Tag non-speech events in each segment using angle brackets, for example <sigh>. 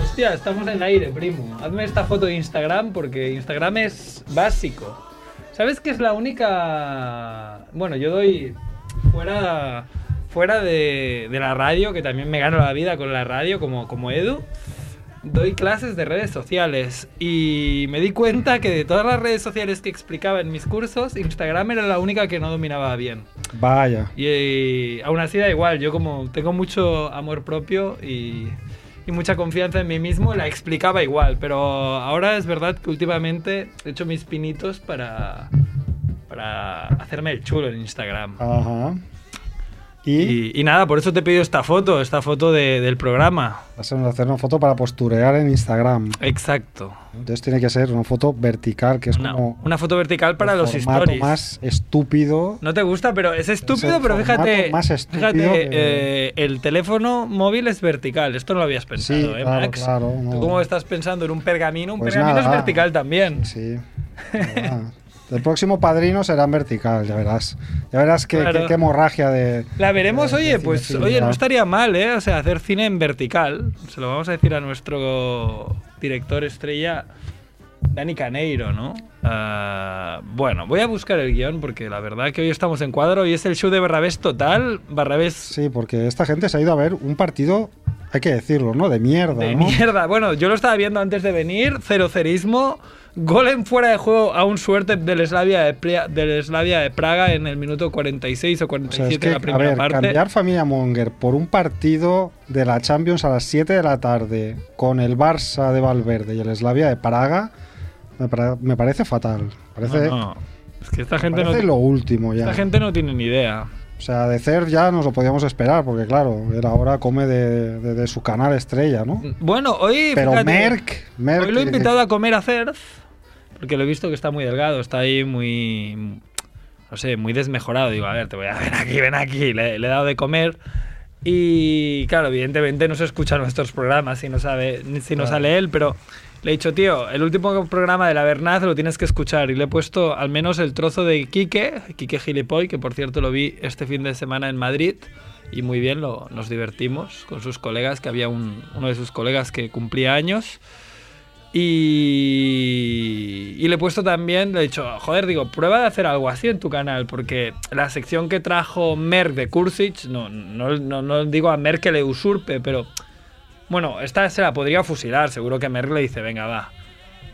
Hostia, estamos en aire, primo. Hazme esta foto de Instagram porque Instagram es básico. ¿Sabes qué es la única... Bueno, yo doy fuera, fuera de, de la radio, que también me gano la vida con la radio como, como Edu. Doy clases de redes sociales y me di cuenta que de todas las redes sociales que explicaba en mis cursos, Instagram era la única que no dominaba bien. Vaya. Y, eh, aún así da igual, yo como tengo mucho amor propio y, y mucha confianza en mí mismo, la explicaba igual, pero ahora es verdad que últimamente he hecho mis pinitos para, para hacerme el chulo en Instagram. Ajá. Ah, Y, Y, y nada, por eso te he pedido esta foto, esta foto de- del programa. vas a hacer una foto para posturear en Instagram. Eh. Exacto. Entonces tiene que ser una foto vertical, que es Una, como una foto vertical para el los formato stories. más estúpido. No te gusta, pero es estúpido, el pero formato fíjate, más estúpido que- fíjate eh, el teléfono móvil es vertical. Esto no lo habías pensado, Sí, ¿eh, claro, Max? claro, no. ¿Tú cómo estás pensando en un pergamino? Un Pues pergamino nada. es vertical también. <laughs> Sí. Ah, El próximo padrino será en vertical, ya verás. Ya verás qué, Claro. qué- qué hemorragia de. La veremos, de- de oye, pues cinefilia. oye, no estaría mal, ¿eh? O sea, hacer cine en vertical. Se lo vamos a decir a nuestro director estrella, Dani Caneiro, ¿no? Ah, bueno, voy a buscar el guión porque la verdad que hoy estamos en cuadro y es el show de Barrabés total, Barrabés Sí, porque esta gente se ha ido a ver un partido, hay que decirlo, ¿no? De mierda, de ¿no? mierda. Bueno, yo lo estaba viendo antes de venir, cero-cerismo, gol en fuera de juego a un suerte del Slavia de, Pri- del Slavia de Praga en el minuto 46 o O sea, 47 es que, de la a primera ver, parte. cambiar familia Monger por un partido de la Champions a las 7 de la tarde con el Barça de Valverde y el Slavia de Praga, me, para- me parece fatal. Parece, No, no. Es que esta me gente no... parece lo último ya. Esta gente no tiene ni idea. O sea, de CERF ya nos lo podíamos esperar, porque claro, él ahora come de, de- de su canal estrella, Mm. ¿no? Bueno, hoy. Pero fíjate, Merck, Merck. eh. Hoy lo he invitado a comer a Cerf. Porque lo he visto que está muy delgado, está ahí muy. No sé, muy desmejorado. Digo, a ver, te voy a. <laughs> Ven aquí, ven aquí. Le, le he dado de comer. Y claro, evidentemente no se escuchan nuestros programas si no, sabe, ni si no Claro. sale él, pero le he dicho, tío, el último programa de la Bernaz lo tienes que escuchar. Y le he puesto al menos el trozo de Quique, Quique Gilipoy, que por cierto lo vi este fin de semana en Madrid. Y muy bien, lo, nos divertimos con sus colegas, que había un- uno de sus colegas que cumplía años. Y, y le he puesto también, le he dicho, joder, digo, prueba de hacer algo así en tu canal, porque la sección que trajo Merck de Kursic, no, no, no, no digo a Merck que le usurpe, pero bueno, esta se la podría fusilar, seguro que Merck le dice, venga, va.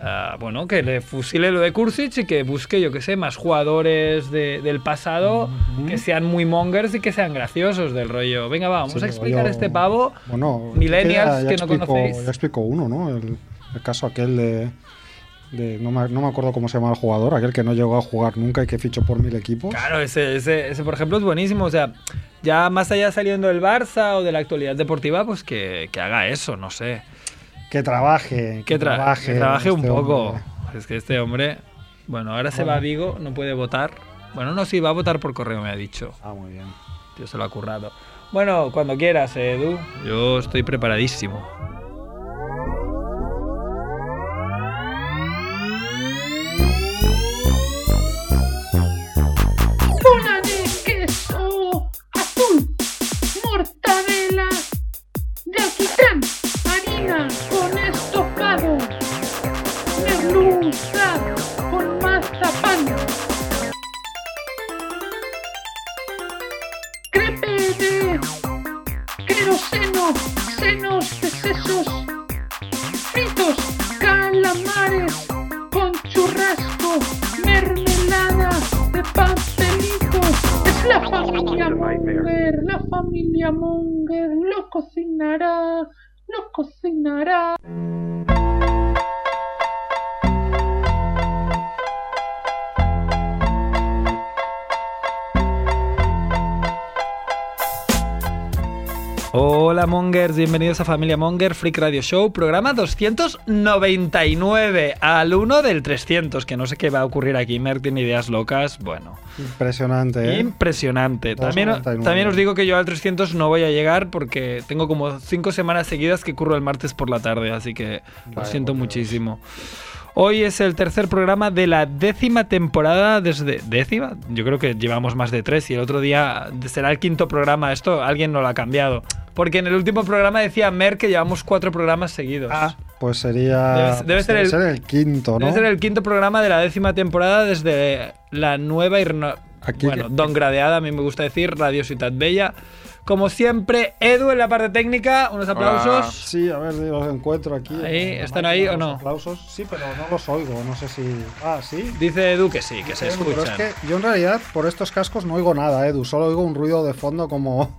Ah, bueno, que le fusile lo de Kursic y que busque, yo que sé, más jugadores de- del pasado que sean muy mongers y que sean graciosos del rollo. Venga, va, vamos a explicar a este pavo. Bueno, millennials que no explico, conocéis. Ya explico uno, ¿no? El, el caso aquel de. de- no, me, no me acuerdo cómo se llama el jugador, aquel que no llegó a jugar nunca y que fichó por mil equipos. Claro, ese, ese, ese, por ejemplo es buenísimo. O sea, ya más allá saliendo del Barça o de la actualidad deportiva, pues que, que haga eso, no sé. Que trabaje. Que, tra- trabaje. que trabaje un este poco. hombre. Es que este hombre, bueno, ahora se Bueno. va a Vigo, no puede votar. Bueno, no, sí, va a votar por correo, me ha dicho. Ah, muy bien. Tío, se lo ha currado. Bueno, cuando quieras, eh, Edu. Yo estoy preparadísimo. bola de queso azul, mortadela de alquitrán, harina con estofado, merluza con mazapán, crepe de queroseno, senos de sesos, fritos, calamares con churrasco, mermelada de pastelito. Es la familia Monger, la familia Monger lo cocinará, lo cocinará. Hola Mongers, bienvenidos a Familia Monger, Freak Radio Show, programa 299 al 1 del 300, que no sé qué va a ocurrir aquí, Merck tiene ideas locas, bueno, Impresionante, ¿eh? impresionante. También, 299. también os digo que yo al 300 no voy a llegar porque tengo como 5 semanas seguidas que curro el martes por la tarde, así que lo Vaya, siento por Dios. muchísimo. Hoy es el tercer programa de la décima temporada desde... ¿Décima? Yo creo que llevamos más de tres y el otro día será el quinto programa. Esto alguien no lo ha cambiado. Porque en el último programa decía Mer que llevamos cuatro programas seguidos. Ah, pues sería. Debe- debe pues ser el- quinto, ¿no? Debe ser el quinto programa de la décima temporada desde la nueva y reno- Aquí- bueno, don gradeada, a mí me gusta decir, Radio Ciudad Bella. Como siempre, Edu en la parte técnica, unos aplausos. Sí, a ver, los encuentro aquí. Ahí, La ¿están máquina, ahí o los no? Aplausos. Sí, pero no los oigo, no sé si. Ah, sí. Dice Edu que sí, que se Edu, pero escuchan. es que yo en realidad por estos cascos no oigo nada, Edu. Solo oigo un ruido de fondo como.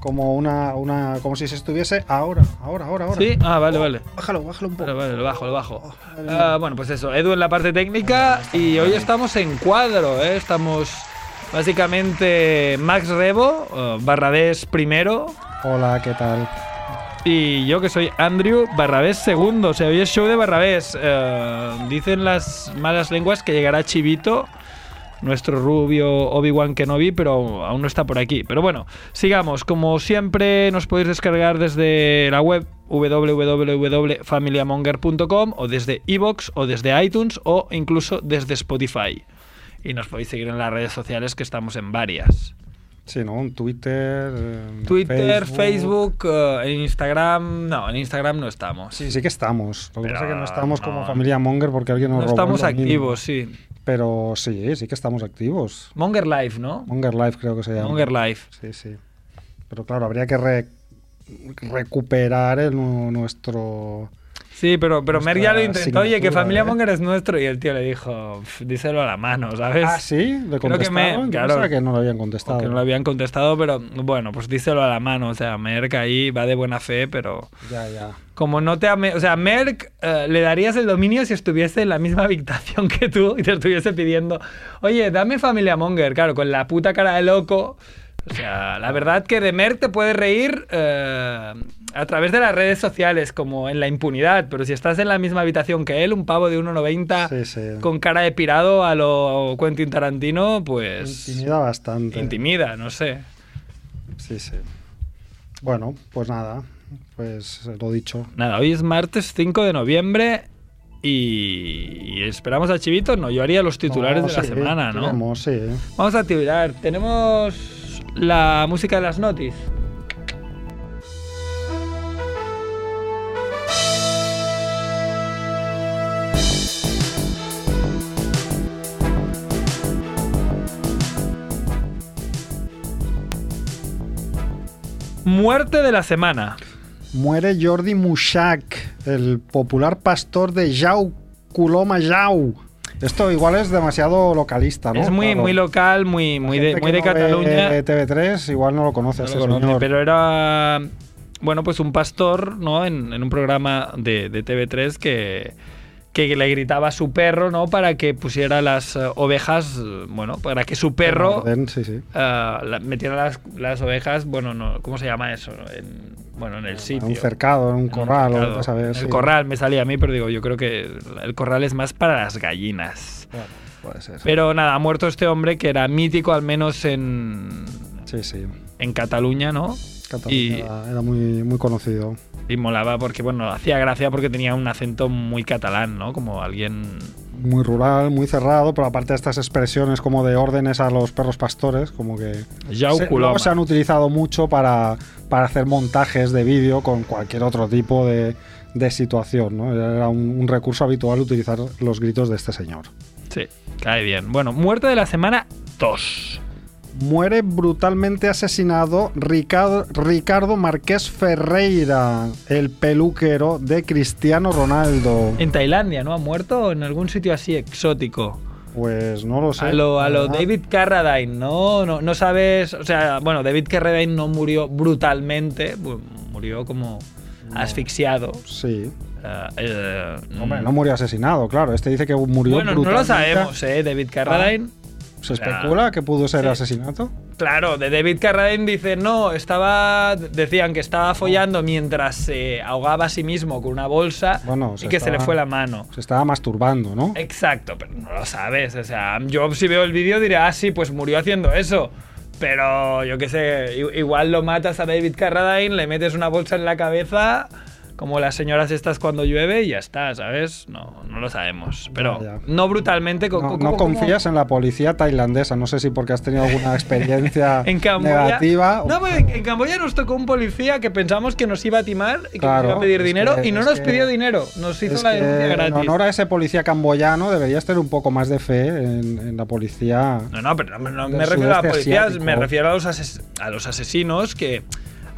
Como una. una como si se estuviese ahora, ahora, ahora, ahora. Sí, ah, vale, vale. Bájalo, bájalo un poco. Vale, vale, lo bajo, lo bajo. Oh, madre Ah, bueno, pues eso, Edu en la parte técnica y hoy estamos en cuadro, ¿eh? Estamos básicamente Max Rebo, eh, Barrabés primero Hola, ¿qué tal? y yo que soy Andrew Barrabés segundo. O sea, hoy es show de Barrabés. Eh, dicen las malas lenguas que llegará Chivito, nuestro rubio Obi-Wan Kenobi, pero aún no está por aquí. Pero bueno, sigamos. Como siempre, nos podéis descargar desde la web www.familiamonger.com o desde iBox o desde iTunes o incluso desde Spotify. Y nos podéis seguir en las redes sociales que estamos en varias. Sí, ¿no? Un Twitter. eh, en Twitter, Facebook, eh, en Instagram. No, en Instagram no estamos. Sí, sí que estamos. Lo que Pero pasa es que no estamos como no. familia Monger porque alguien nos no robó estamos el dominio. activos, sí. Pero sí, sí que estamos activos. Monger Life, ¿no? Monger Life creo que se llama. Monger Life. Sí, sí. Pero claro, habría que re- recuperar el nu- nuestro... Sí, pero, pero Mer ya lo Nuestra intentó. Oye, que asignatura, Familia ¿eh? Monger es nuestro. Y el tío le dijo, "Pf, díselo a la mano, ¿sabes? Ah, sí, le Creo que me- contestaron. Yo claro. pensaba que no lo habían O contestado. que no lo habían contestado, pero bueno, pues díselo a la mano. O sea, Merck ahí va de buena fe, pero Ya, ya. como no te ame. O sea, Merck eh, le darías el dominio si estuviese en la misma habitación que tú y te estuviese pidiendo, oye, dame familia Monger, claro, con la puta cara de loco. O sea, la verdad que de Merck te puedes reír eh, a través de las redes sociales, como en la impunidad, pero si estás en la misma habitación que él, un pavo de 1,90 Sí, sí. Ah, con cara de pirado a lo Quentin Tarantino, pues. Intimida bastante. Intimida, no sé. Sí, sí. Bueno, pues nada. Pues eh, lo dicho. Nada, hoy es martes 5 de noviembre y, y esperamos a Chivito. No, yo haría los titulares No, de la sí, semana, ¿no? tenemos, sí. Vamos a titular. Tenemos la música de las notis. Muerte de la semana. Muere Jordi Mushak, el popular pastor de Jau, Culoma Jau. Esto igual es demasiado localista, ¿no? Es muy, Claro. muy local, muy, muy de, Gente muy que de no ve eh, Cataluña. TV3 igual no lo conoce No ese lo conoce, señor. pero era bueno pues un pastor no en, en un programa de, de TV3 que, que le gritaba a su perro no para que pusiera las eh, ovejas eh, bueno para que su perro Orden, sí, sí. ah, la- metiera las, las ovejas bueno no cómo se llama eso en, bueno en el En sitio un cercado, en un En un corral, cercado. o a ver, el sí. corral me salía a mí pero digo yo creo que el corral es más para las gallinas Bueno, puede ser. pero nada ha muerto este hombre que era mítico al menos en Sí, sí. en Cataluña no Cataluña Y- era, era muy, muy conocido. Y molaba porque, bueno, hacía gracia porque tenía un acento muy catalán, ¿no? Como alguien... Muy rural, muy cerrado, pero aparte de estas expresiones como de órdenes a los perros pastores, como que Jau se, Coloma. luego se han utilizado mucho para, para hacer montajes de vídeo con cualquier otro tipo de, de situación. ¿no? Era un, un recurso habitual utilizar los gritos de este señor. Sí, cae bien. Bueno, muerte de la semana 2. Muere brutalmente asesinado Ricardo, Ricardo Marqués Ferreira, el peluquero de Cristiano Ronaldo. En Tailandia, ¿no? ¿Ha muerto en algún sitio así exótico? Pues no lo sé. A lo, a lo Ah, David Carradine, ¿no? ¿no? No sabes... O sea, bueno, David Carradine no murió brutalmente, bu- murió como asfixiado. Sí. Eh, eh, Hombre, no murió asesinado, claro. Este dice que murió bueno, no lo brutalmente. Ah. sabemos, ¿eh? David Carradine... Se especula que pudo ser Sí. asesinato. Claro, de David Carradine dice, no, estaba, decían que estaba Oh. follando mientras se ahogaba a sí mismo con una bolsa Bueno, se y que se le estaba- fue la mano. Se estaba masturbando, ¿no? Exacto, pero no lo sabes. O sea, yo si veo el vídeo diré, ah, sí, pues murió haciendo eso. Pero yo qué sé, i- igual lo matas a David Carradine, le metes una bolsa en la cabeza como las señoras estas cuando llueve y ya está, ¿sabes? No, no lo sabemos. Pero Ya, ya. no brutalmente. co- No, co- no como- confías en la policía tailandesa. No sé si porque has tenido <laughs> alguna experiencia En Camboya. negativa. No, pues, pero en, en Camboya nos tocó un policía que pensamos que nos iba a timar y que Claro, nos iba a pedir es dinero que- y no es nos que- pidió dinero. Nos hizo Es la que, denuncia en gratis. honor a ese policía camboyano deberías tener un poco más de fe en, en la policía. No, no, pero no, no Del me refiero a la sudeste policía, asiático. me refiero a los, ases- a los asesinos que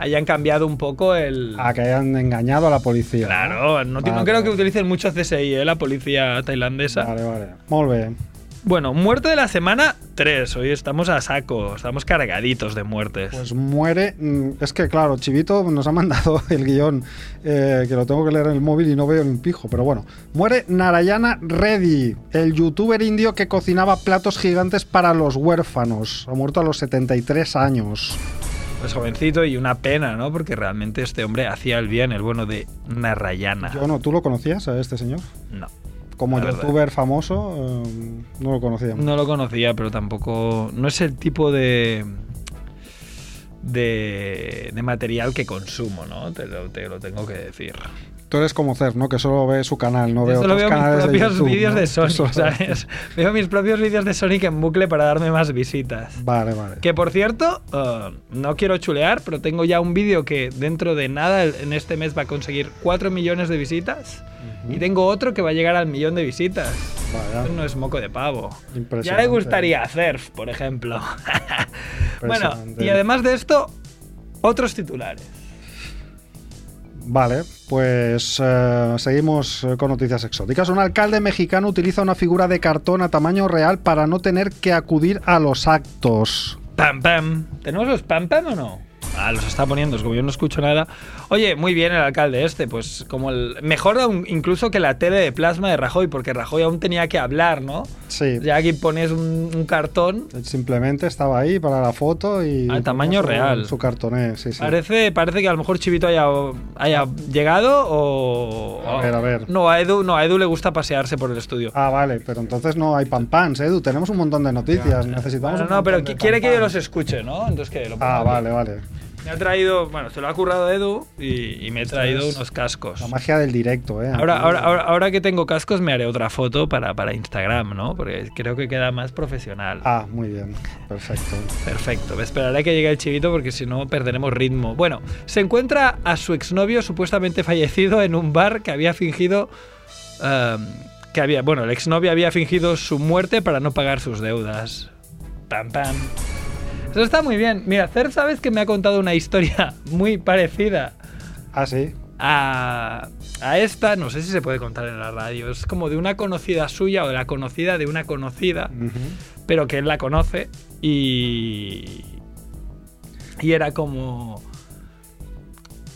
hayan cambiado un poco el. A que hayan engañado a la policía. Claro, no, ti- Ah, no Vale, creo que vale. utilicen mucho CSI, ¿eh? la policía tailandesa. Vale, vale. Molt bé. Bueno, muerte de la semana 3. Hoy estamos a saco, estamos cargaditos de muertes. Pues muere. mm, Es que, claro, Chivito nos ha mandado <laughs> el guión eh, que lo tengo que leer en el móvil y no veo ni un pijo, pero bueno. Muere Narayana Reddy, el youtuber indio que cocinaba platos gigantes para los huérfanos. Ha muerto a los 73 años. Pues jovencito y una pena, ¿no? Porque realmente este hombre hacía el bien, el bueno de Narayana. Yo no, ¿tú lo conocías a este señor? No, Como La verdad. youtuber famoso, eh, no lo conocíamos. no lo conocía, pero tampoco. No es el tipo de. de, de material que consumo, ¿no? Te lo, te lo tengo que decir. Tú eres como Cer, ¿no? Que solo ve su canal, no Yo ve solo otros veo mis canales de propios YouTube, vídeos ¿no? <laughs> de Sonic, Solo- ¿sabes? veo mis propios vídeos de Sonic en bucle para darme más visitas. Vale, vale. Que por cierto, eh, no quiero chulear, pero tengo ya un vídeo que dentro de nada el- en este mes va a conseguir 4 millones de visitas. Y tengo otro que va a llegar al millón de visitas. Vaya. Esto no es moco de pavo. Ya Impresionante. le gustaría hacer, por ejemplo. <laughs> bueno, Impresionante. y además de esto, otros titulares. Vale, pues eh, seguimos eh, con noticias exóticas. Un alcalde mexicano utiliza una figura de cartón a tamaño real para no tener que acudir a los actos. Pam pam. ¿Tenemos los pam pam o no? Ah, los está poniendo, es como yo no escucho nada. Oye, muy bien el alcalde este, pues como el. Mejor aún incluso que la tele de plasma de Rajoy, porque Rajoy aún tenía que hablar, ¿no? Sí, Ya aquí pones un, un cartón. simplemente estaba ahí para la foto y... A tamaño su- real. Su cartoné, sí, sí. Parece, parece que a lo mejor Chivito haya, haya llegado o. A ver, a ver. No, a Edu, no, a Edu le gusta pasearse por el estudio. Ah, vale, pero entonces no hay pan pans, Edu. Tenemos un montón de noticias. Necesitamos. Bueno, un no, pero montón de quiere que yo los pan-pans. escuche, ¿no? Entonces que lo Ah, ponga aquí. vale, vale. Me ha traído, bueno, se lo ha currado Edu y, y me he traído unos cascos. La magia del directo, ¿eh? Ahora, Aquí- ahora, ahora, ahora que tengo cascos me haré otra foto para, para Instagram, ¿no? Porque creo que queda más profesional. Ah, muy bien. Perfecto. Perfecto, me esperaré que llegue el chivito porque si no perderemos ritmo. Bueno, se encuentra a su exnovio supuestamente fallecido en un bar que había fingido... ehm, que había, bueno, el exnovio había fingido su muerte para no pagar sus deudas. Pam, pam. Eso está muy bien. Mira, Cer, ¿sabes que me ha contado una historia <laughs> muy parecida Ah, sí. a, a esta? No sé si se puede contar en la radio. Es como de una conocida suya o de la conocida de una conocida Ujú. pero que él la conoce y y era como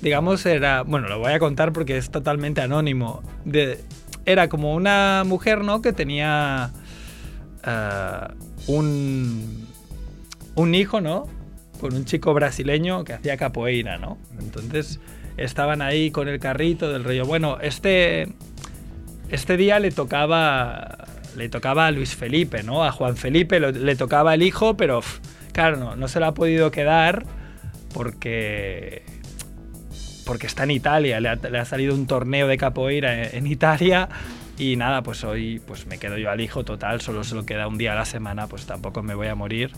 digamos era bueno lo voy a contar porque es totalmente anónimo de era como una mujer no que tenía eh, un un hijo no con un chico brasileño que hacía capoeira no entonces estaban ahí con el carrito del rollo bueno este este día le tocaba le tocaba a Luis Felipe, ¿no? A Juan Felipe lo- le tocaba el hijo, pero pf, claro, no, no se lo ha podido quedar porque porque está en Italia, le ha, le ha salido un torneo de capoeira en, en Italia y nada, pues hoy pues me quedo yo al hijo total, solo se lo queda un día a la semana, pues tampoco me voy a morir.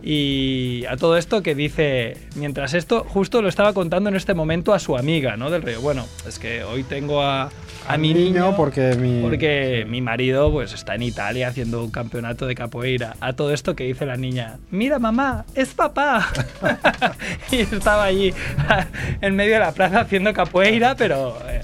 Y a todo esto que dice, mientras esto justo lo estaba contando en este momento a su amiga, ¿no? Del río. Bueno, es que hoy tengo a, a Al mi niño, porque mi. porque mi marido pues está en Italia haciendo un campeonato de capoeira. A todo esto que dice la niña, mira mamá, <laughs> es papá. <laughs> y estaba allí <laughs> en medio de la plaza haciendo capoeira, pero eh,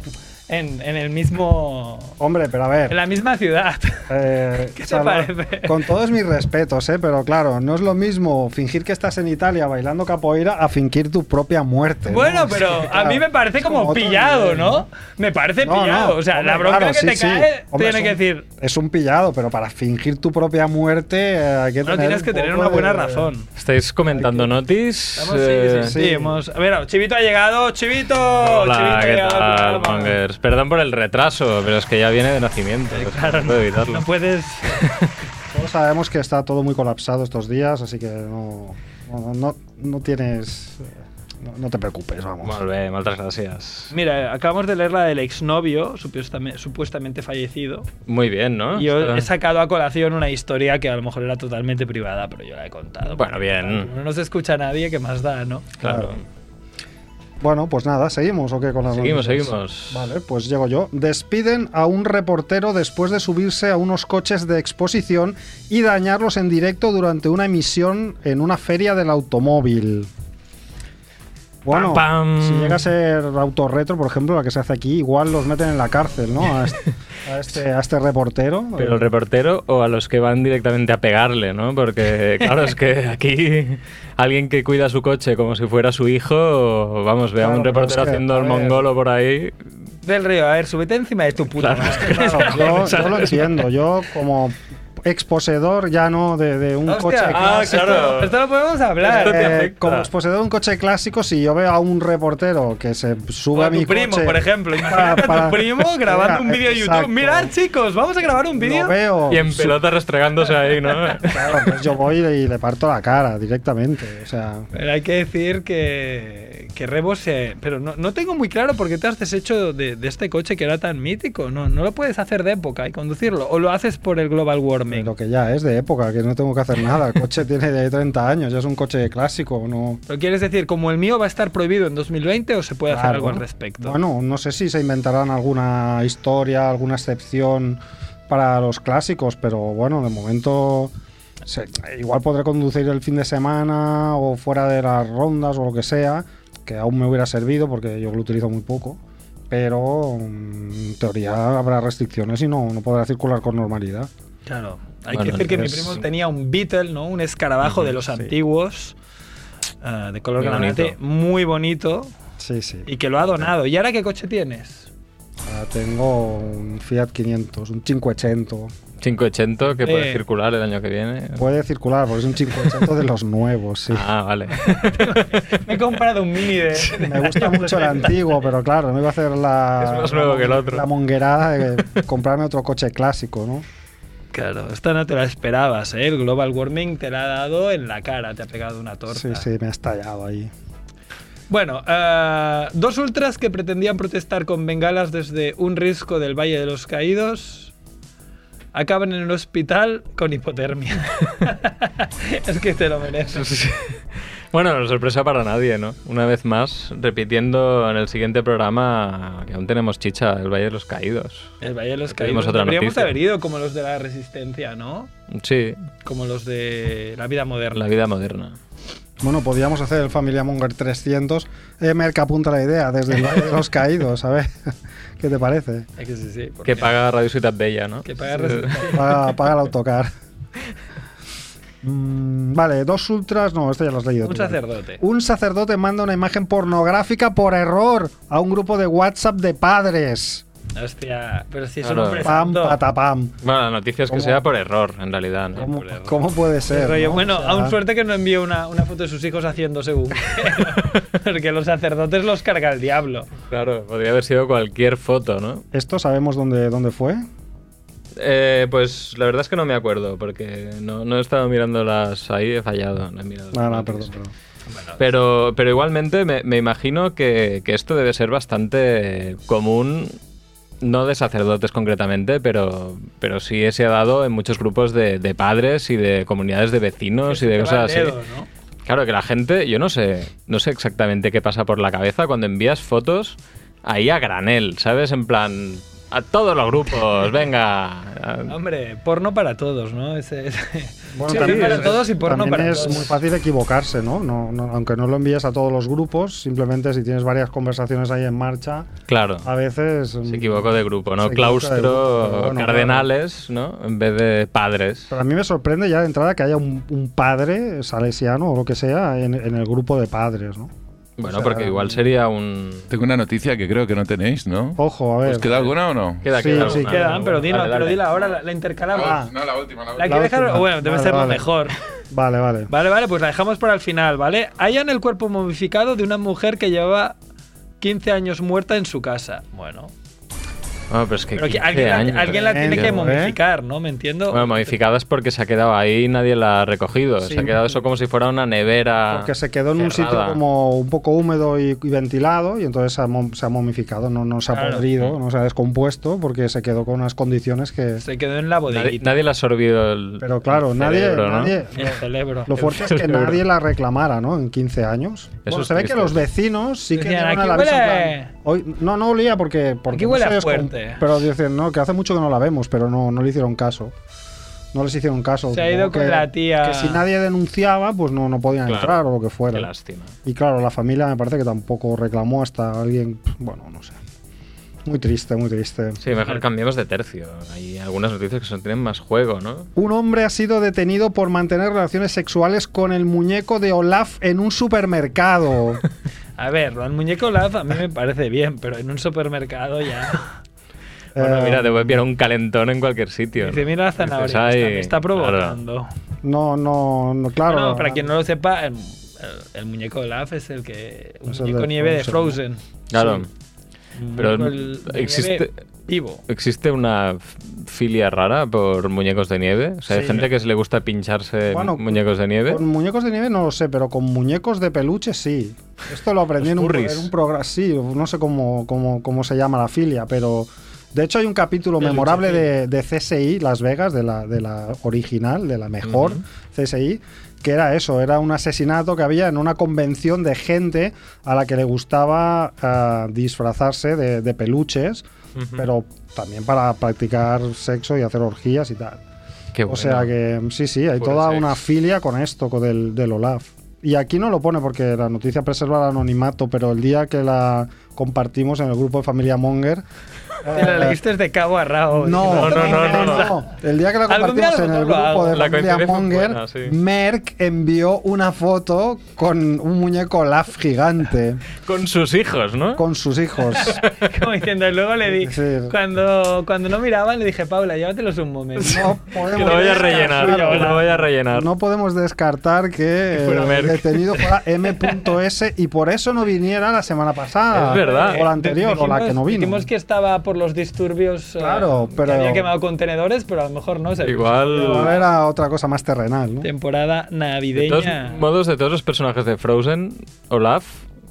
en, en el mismo... Hombre, pero a ver. En la misma <laughs> ciudad. eh, ¿Qué te Sara, parece? Con todos mis respetos, ¿eh? pero claro, no es lo mismo fingir que estás en Italia bailando capoeira a fingir tu propia muerte. ¿no? Bueno, Es pero que, a claro, mí me parece es como, otro pillado, nivel, ¿no? Me parece No, no, pillado. o sea, hombre, la bronca claro, que sí, te sí. cae Hombre, tiene es que un- decir, Es un pillado, pero para fingir tu propia muerte eh, hay que no tener tienes un que tener poco una buena de- razón. Estáis comentando notis. Estamos- eh, Ah, sí, sí, sí, sí. hemos- A ver, Chivito ha llegado, Chivito. Chivito Hola, ha ¿qué llegado tal, al programa. Mongers? Perdón por el retraso, pero es que ya viene de nacimiento. <laughs> es que Claro, no puedo evitarlo. No puedes. <laughs> Todos sabemos que está todo muy colapsado estos días, así que no, no, no, no tienes. No, no te preocupes, vamos. Molt bé, moltes gràcies. Mira, acabamos de leer la del exnovio, supuestame- supuestamente fallecido. Muy bien, ¿no? Yo Está- he sacado a colación una historia que a lo mejor era totalmente privada, pero yo la he contado. Bueno, bien. No nos escucha nadie, que más da, ¿no? Claro. Bueno, pues nada, ¿seguimos o qué con las Seguimos, noticias? seguimos. Vale, pues llego yo. Despiden a un reportero después de subirse a unos coches de exposición y dañarlos en directo durante una emisión en una feria del automóvil. Bueno, Pam, pam. si llega a ser autorretro, por ejemplo, la que se hace aquí, igual los meten en la cárcel, ¿no? A este, <laughs> a este- a este reportero. Pero el reportero o a los que van directamente a pegarle, ¿no? Porque claro, es que aquí alguien que cuida su coche como si fuera su hijo, vamos, ve a Claro, un pero reportero es que, haciendo a el ver. mongolo por ahí. Del río, a ver, súbete encima de tu puta <laughs> madre. Claro, yo, yo lo entiendo. Yo, como exposeedor ya no de, de un Hostia, coche Ah, esto- claro. Esto lo podemos Esto te hablar. Eh, afecta. como exposedor de un coche clásico, si yo veo a un reportero que se sube O a a mi tu primo, coche por <laughs> ejemplo. para- Imagínate a para- tu primo grabando un Mira, vídeo de YouTube. exacto. Mirad, chicos, vamos a grabar un vídeo. Lo veo. pues, Y en pelota restregándose ahí, ¿no? Claro, pues yo voy y le parto la cara directamente. O sea, Pero hay que decir que, que Rebo se... Pero no, no tengo muy claro por qué te has deshecho de, de este coche que era tan mítico. No, no lo puedes hacer de época y conducirlo. O lo haces por el global warming. lo que ya es de época, que no tengo que hacer nada. El coche tiene de 30 años, ya es un coche clásico. No, ¿Lo quieres decir como el mío va a estar prohibido en 2020 o se puede hacer Claro. algo al respecto? Bueno, no sé si se inventarán alguna historia, alguna excepción para los clásicos, pero bueno, de momento se- igual podré conducir el fin de semana o fuera de las rondas o lo que sea, que aún me hubiera servido porque yo lo utilizo muy poco. Pero mm, en teoría habrá restricciones y no, no podrá circular con normalidad. Claro. Hay Bueno, que decir que mi es- primo tenía un Beetle, ¿no? Un escarabajo de los antiguos. ah, de color Muy granate, bonito. muy bonito Sí, sí. y que lo ha donado. ¿Y ahora qué coche tienes? Ahora tengo un Fiat 500, un 580. 580 que puede Eh. circular el año que viene. Puede circular porque es un 580 de los nuevos, sí. Ah, vale. <laughs> Me he comprado un mini de, Me gusta mucho el antiguo, pero claro, no iba a hacer la. Es más nuevo que el otro. La monguerada de <laughs> comprarme otro coche clásico, ¿no? Claro, esta no te la esperabas, ¿eh? El global warming te la ha dado en la cara, te ha pegado una torta. Sí, sí, me ha estallado ahí. Bueno, eh, dos ultras que pretendían protestar con bengalas desde un risco del Valle de los Caídos acaban en el hospital con hipotermia. <laughs> es que te lo mereces. Bueno, no sorpresa para nadie, ¿no? Una vez más, repitiendo en el siguiente programa que aún tenemos chicha, el Valle de los Caídos. El Valle de los Pedimos Caídos. otra Deberíamos noticia. haber ido como los de la Resistencia, ¿no? Sí, Como los de la vida la moderna. vida moderna. Bueno, podríamos hacer el Familia Monger 300. Eh, Merck apunta la idea desde el Valle <laughs> de los Caídos, a ver, ¿qué te parece? Es que sí, sí, Que porque- paga Radio Ciudad Bella, ¿no? Que paga Resistencia. Paga, paga el autocar. Mm, vale, dos ultras. No, esto ya lo has leído. Un tú, vale. sacerdote. Un sacerdote manda una imagen pornográfica por error a un grupo de WhatsApp de padres. Hostia, pero si es Claro. un hombre Pam, santo. patapam. <laughs> Bueno, la noticia es que ¿Cómo? sea por error, en realidad, ¿no? ¿Cómo, Por error. cómo puede ser? Rollo, no? Bueno, O sea, aún suerte que no envió una, una foto de sus hijos <laughs> haciendo según. qué. Porque los sacerdotes los carga el diablo. Claro, podría haber sido cualquier foto, ¿no? ¿Esto sabemos dónde, dónde fue? Eh, pues la verdad es que no me acuerdo, porque no, no he estado mirando las ahí, he fallado. No, he mirado Pues Ah, No, no, las perdón, noticias. perdón. Pero, pero igualmente me, me imagino que, que esto debe ser bastante común, no de sacerdotes concretamente, pero, pero sí se ha dado en muchos grupos de, de padres y de comunidades de vecinos y de Te va cosas el así. dedo, ¿no? Claro que la gente, yo no sé, no sé exactamente qué pasa por la cabeza cuando envías fotos ahí a granel, ¿sabes? En plan, a todos los <laughs> grupos, Ah. venga. Hombre, porno para todos, ¿no? Ese, ese- Bueno, Sí, porno para es- todos y porno también para es todos. muy fácil equivocarse, ¿no? No, no- Aunque no lo envíes a todos los grupos, simplemente si tienes varias conversaciones ahí en marcha, Claro. a veces... mm, Se equivocó de grupo, Se ¿no? equivocó de grupo, Claustro, pero bueno, cardenales, ¿no? En vez de padres. Pero a mí me sorprende ya de entrada que haya un, un padre salesiano o lo que sea en, en el grupo de padres, ¿no? Bueno, O sea, porque igual sería un... Tengo una noticia que creo que no tenéis, ¿no? Ojo, a Pues ver. ¿Os queda alguna o no? Queda, Sí, queda sí, alguna, Quedan, alguna. pero dila, Vale, dale. pero dila ahora, la, la intercalamos. Ah, No, la última, la La última. que la dejar, última. bueno, debe Vale, ser lo vale. mejor. Vale, vale. Vale, vale, pues la dejamos para el final, ¿vale? Hallan el cuerpo momificado de una mujer que llevaba 15 años muerta en su casa. Bueno. Ah, pero es que Pero que 15 alguien, la- años. alguien la tiene que Años, ¿eh? momificar, ¿no? ¿Me entiendo? Bueno, modificada es porque se ha quedado ahí y nadie la ha recogido. Sí. Se ha quedado eso como si fuera una nevera. Porque se quedó en un sitio Ah, cerrada. como un poco húmedo y, y ventilado y entonces se ha, mom- se ha momificado, no, no se ha Claro. podrido, Mm. no se ha descompuesto porque se quedó con unas condiciones que... Se quedó en la Nadie, <laughs> bodeguita. nadie le ha sorbido el. Pero claro, el nadie... cerebro, ¿no? nadie- El cerebro. Lo fuerte es que cerebro. nadie la reclamara, ¿no? En 15 años. Bueno, es se ve que triste. los vecinos sí que Decían, dieron el "Aquí aviso en huele". plan, "Hoy- no, no olía porque, porque Aquí no huele se a descom- fuerte. Pero dicen, no, que hace mucho que no la vemos, pero no, no le hicieron caso. No les hicieron caso. Se ha ido Supongo con la tía. Que si nadie denunciaba, pues no, no podían Claro. entrar o lo que fuera. Qué lástima. Y claro, la familia me parece que tampoco reclamó hasta alguien. Bueno, no sé. Muy triste, muy triste. Sí, mejor cambiemos de tercio. Hay algunas noticias que son- tienen más juego, ¿no? Un hombre ha sido detenido por mantener relaciones sexuales con el muñeco de Olaf en un <laughs> supermercado. A ver, lo del muñeco Olaf a mí me parece bien, pero en un supermercado ya. <laughs> Bueno, Eh, mira, te voy a enviar un calentón en cualquier sitio. Dice, ¿no? mira la Dices, zanahoria, "Ay, está, me está claro". provocando. No, no, no, claro. Bueno, para quien no lo sepa, el, el- el muñeco Olaf es el que. Un Es el muñeco de nieve de Frozen, Frozen. Claro. Un Pero muñeco el- de existe- nieve Vivo. ¿Existe una f- filia rara por muñecos de nieve? O sea, hay Sí. gente que se le gusta pincharse Bueno, muñecos de nieve. Con muñecos de nieve no lo sé, pero con muñecos de peluche sí. Esto lo aprendí en un, furries. en un programa. Sí, no sé cómo, cómo, cómo se llama la filia, pero. De hecho, hay un capítulo Peluche memorable filia. de, de CSI Las Vegas, de la, de la original, de la mejor CSI, que era eso: era un asesinato que había en una convención de gente a la que le gustaba ah, disfrazarse de, de peluches, pero también para practicar sexo y hacer orgías y tal. Qué O bueno. sea que mm, sí, sí, hay Puro toda sex. una filia con esto, con del, del Olaf. Y aquí no lo pone porque la noticia preserva el anonimato, pero el día que la compartimos en el grupo de <laughs> familia Monger. eh, Te la leíste de cabo a rabo. Ah. No, no, no, no, <laughs> no, no. El día que la Algún día compartimos en lo el hago. grupo de La familia coincidencia fue Monger, buena, sí. Merck envió una foto con un muñeco Olaf gigante Con sus hijos, ¿no? con <laughs> sus hijos. Como diciendo, y luego le di. Sí. Cuando, cuando no miraban, le dije, Paula, llévatelos un momento. No Que podemos lo voy a descartar- rellenar, Claro, que lo voy a rellenar. No podemos descartar que fuera eh, el Merck. detenido fuera <laughs> M.S. y por eso no viniera la semana pasada. Es verdad. O la anterior, o la que no vino. Dijimos que estaba por los disturbios. eh, Claro, pero- Que había quemado contenedores, pero a lo mejor no. se- Pero Igual. era otra cosa más terrenal, ¿no? Temporada De todos navideña. modos, de todos los personajes de Frozen, Olaf,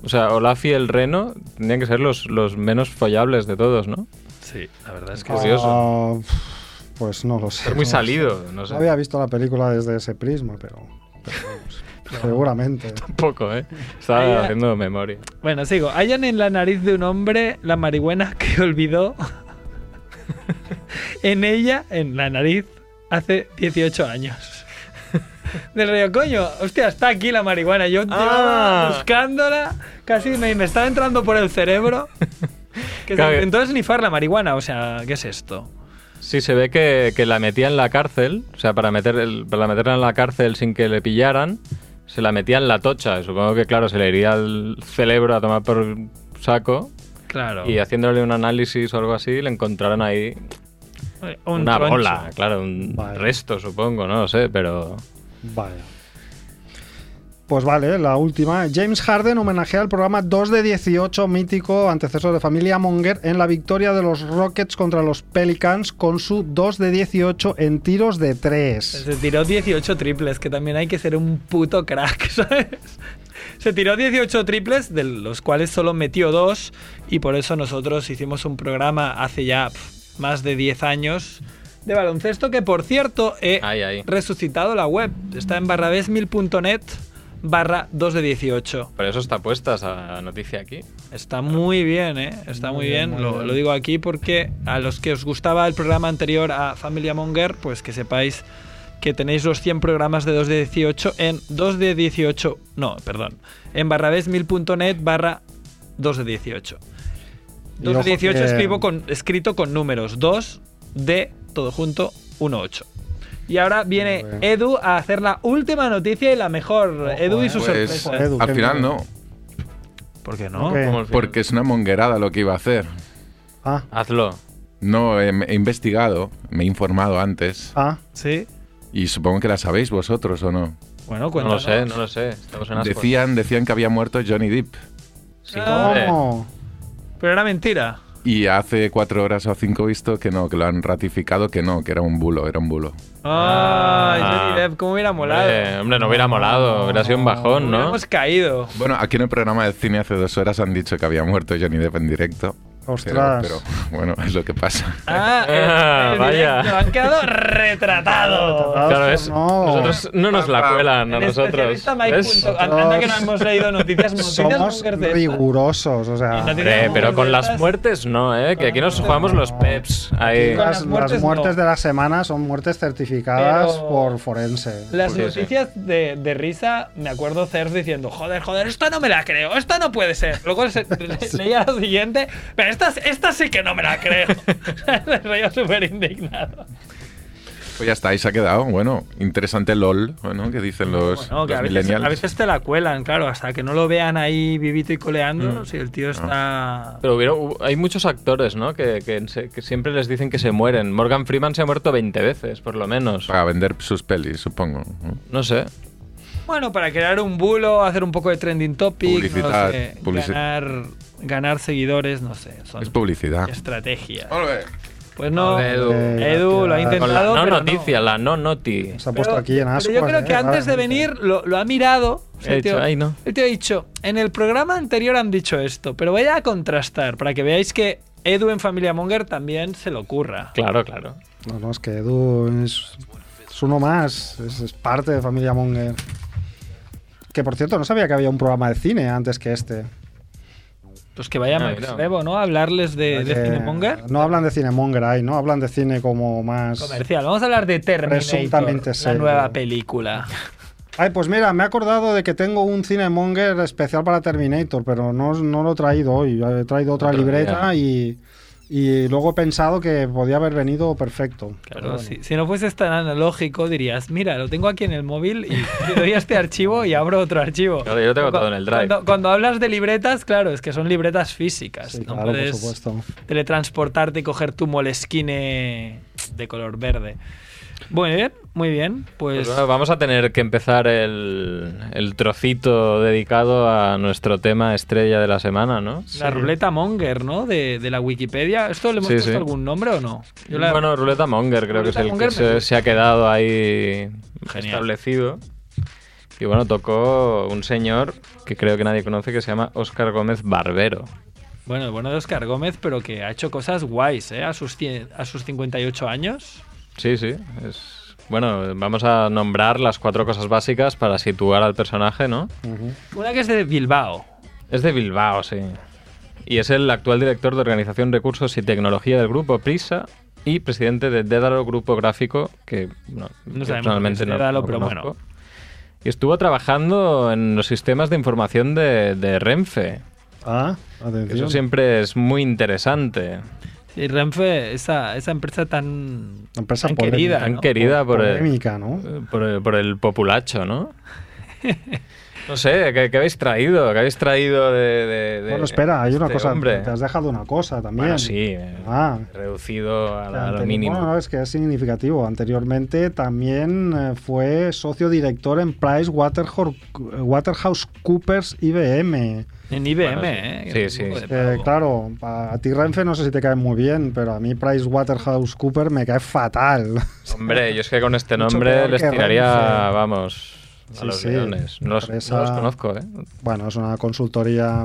o sea, Olaf y el reno tendrían que ser los, los menos follables de todos, ¿no? Sí, la verdad es que- curioso. Ah, pf, pues no lo sé. Es muy No salido, no sé. sé. No había visto la película desde ese prisma, pero. pero vamos, <laughs> Seguramente. Poco, ¿eh? Estaba Ahí, eh. haciendo memoria. Bueno, sigo. Hallan en la nariz de un hombre la marihuana que <laughs> olvidó en ella, en la nariz, hace 18 años. Del río, coño, hostia, está aquí la marihuana. Yo llevaba Ah. buscándola, casi me, me estaba entrando por <laughs> el cerebro. Que Claro se que- intentó snifar la marihuana, o sea, ¿qué es esto? Sí, se ve que, que la metía en la cárcel, o sea, para, meter el- para meterla en la cárcel sin que le pillaran, se la metía en la tocha. Supongo que, claro, se le iría al cerebro a tomar por el saco Claro. y haciéndole un análisis o algo así, le encontraran ahí Un una troncho. bola, claro, un Vale. resto, supongo, no lo sé, pero... Vale. Pues vale, la última. James Harden homenajea al programa 2 de 18, mítico antecesor de familia Monger, en la victoria de los Rockets contra los Pelicans con su 2 de 18 en tiros de 3. Se tiró 18 triples, que también hay que ser un puto crack, <laughs> ¿sabes? Se tiró 18 triples, de los cuales solo metió dos, y por eso nosotros hicimos un programa hace ya pf, más de 10 años de baloncesto, que por cierto he Ay, ay. resucitado la web. Está en barrabesmil.net barra 2 de 18. Pero eso está puesta esa noticia aquí. Está muy bien, ¿eh? Está muy, bien. Lo, lo digo aquí porque a los que os gustaba el programa anterior a Familia Monger, pues que sepáis que tenéis los 100 programas de 2 de 18 en 2 de 18... No, perdón. En barrabesmil.net barra 2 de 18. Y 2 ojo de 18 que- escribo con, escrito con números. 2 de, todo junto, 1, 8. Y ahora viene Muy bien. Edu a hacer la última noticia y la mejor. Edu y su Pues sorpresa. eh, Edu, al qué final miedo. no, ¿Por qué no? Ok. Como el final. porque es una monguerada lo que iba a hacer. Ah, Hazlo. No, he, he investigado, me he informado antes ah. Sí. y supongo que la sabéis vosotros o no. Bueno, No lo cuéntanos. sé, no lo sé. Estamos en ascuas. Decían, decían que había muerto Johnny Depp. Sí, Ah. hombre. ¿Cómo? Pero era mentira. Y hace cuatro horas o cinco he visto que no, que lo han ratificado que no, que era un bulo, era un bulo. Ay, Ah. Johnny Depp, cómo hubiera molado. Eh, hombre, no hubiera molado, hubiera sido un bajón, ¿no? Hemos caído. Bueno, aquí en el programa de cine hace dos horas han dicho que había muerto Johnny Depp en directo. Pero, Ostras. pero, bueno, es lo que pasa. <laughs> Ah, Ah, el- el vaya. directo, han quedado retratados. Claro, es, No. nosotros no nos la cuelan a El nosotros. especialista Mike ¿ves? punto- an- Anda que no hemos leído noticias, noticias Somos bunkers de estas. rigurosos, o sea. Y no Hombre, pero con las Estas- muertes no, ¿eh? Que aquí nos jugamos los peps. Ahí. con Las, las las muertes muertes, no. de la semana son muertes certificadas Pero- por forense. Las Curioso. noticias de, de risa, me acuerdo Cerf diciendo, joder, joder, esta no me la creo, esta no puede ser. Luego <laughs> se- le- leía la siguiente, pero esta, esta sí que no me la creo. <laughs> Me reía súper indignado. Pues ya está, ahí se ha quedado. Bueno, interesante LOL, ¿no? Que dicen los, No, que los a veces, millennials. a veces te la cuelan, claro, hasta que no lo vean ahí vivito y coleando, Mm. si el Ah. tío está... Pero hubiera- hu- hay muchos actores, ¿no? Que, que se- que siempre les dicen que se mueren. Morgan Freeman se ha muerto 20 veces, por lo menos. Para vender sus pelis, supongo. ¿no? No sé. Bueno, para crear un bulo, hacer un poco de trending topic, no Publicitar, sé, publici- ganar, ganar seguidores, no sé, son Es Ah. publicidad. estrategias. Ole. Pues no, Ole, Edu, Edu. lo Con Con la ha la intentado. no pero noticia, la no noti. Eh, Se ha Pero- puesto aquí en pero ascuas. yo creo que ¿eh? antes de Claramente. venir lo, lo ha mirado. O sea, He el tío, dicho, "Ay, no". el tío ha dicho, en el programa anterior han dicho esto, pero voy a contrastar para que veáis que Edu en Familia Monger también se lo curra. Claro, claro. No, no, es que Edu es, es uno más, es, es parte de Familia Monger. Que por cierto, no sabía que había un programa de cine antes que este. Pues que vaya Ah, Max mira. Rebo, ¿no? A Hablarles de, de Eh, Cine Monger. No hablan de cine Monger ahí, ¿no? Hablan de cine como más... Comercial, vamos a hablar de Terminator, Presuntamente la serio. nueva película. Ay, pues mira, me he acordado de que tengo un Cinemonger especial para Terminator, pero no, no lo he traído hoy. He traído otra Otro libreta y, y luego he pensado que podía haber venido perfecto. Claro, si, si no fueses tan analógico dirías, mira, lo tengo aquí en el móvil y le doy a este archivo y abro otro archivo. Claro, yo lo tengo Cu- todo en el Drive. Cuando, cuando hablas de libretas, claro, es que son libretas físicas. Sí, no claro, por puedes supuesto. teletransportarte y coger tu molesquine de color verde. Muy bien, muy bien. Pues, Pues bueno, vamos a tener que empezar el, el trocito dedicado a nuestro tema estrella de la semana, ¿no? la ruleta Monger, ¿no? De, de la Wikipedia. ¿Esto le hemos Sí, puesto sí. algún nombre o no? Yo la- Bueno, Ruleta Monger creo Ruleta que es el Monger que me se, gusta. se ha quedado ahí Genial. establecido. Y bueno, tocó un señor que creo que nadie conoce que se llama Óscar Gómez Barbero. Bueno, el bueno de Oscar Gómez, pero que ha hecho cosas guays, ¿eh? A sus, cien- a sus 58 años. Sí, sí. es- Bueno, vamos a nombrar las cuatro cosas básicas para situar al personaje, ¿no? Una que es de Bilbao. Es de Bilbao, sí. Y es el actual director de Organización, Recursos y Tecnología del grupo Prisa y presidente de Dédalo Grupo Gráfico, que bueno, No yo sabemos personalmente lo que es no, Dédalo, no pero conozco. bueno. Y estuvo trabajando en los sistemas de información de, de Renfe. Ah, que atención. Eso siempre es muy interesante. Y Renfe, esa, esa empresa tan, Empresa tan polémica, querida. Tan ¿no? querida por el, Polémica, ¿no? por, el, por el populacho, ¿no? No sé, ¿qué, qué habéis traído? ¿Qué habéis traído de...? de- de- Bueno, espera, hay una este cosa. hombre? Te has dejado una cosa también. Bueno, sí. eh, Ah. Reducido a la- a lo Anteri- mínimo. Bueno, no, es que es significativo. Anteriormente también eh, fue socio director en Price Waterhouse Coopers IBM. En IBM, Bueno, sí. ¿eh? Sí, Un sí. poco de Eh, Que, pavo. claro, a, a ti Renfe no sé si te cae muy bien, pero a mí Price Waterhouse Coopers me cae fatal. <laughs> Hombre, yo es que con este Mucho nombre peor les que tiraría, Renfe. vamos, a Sí, los sí. leones. No los, no Empresa- pues, los conozco, ¿eh? bueno, es una consultoría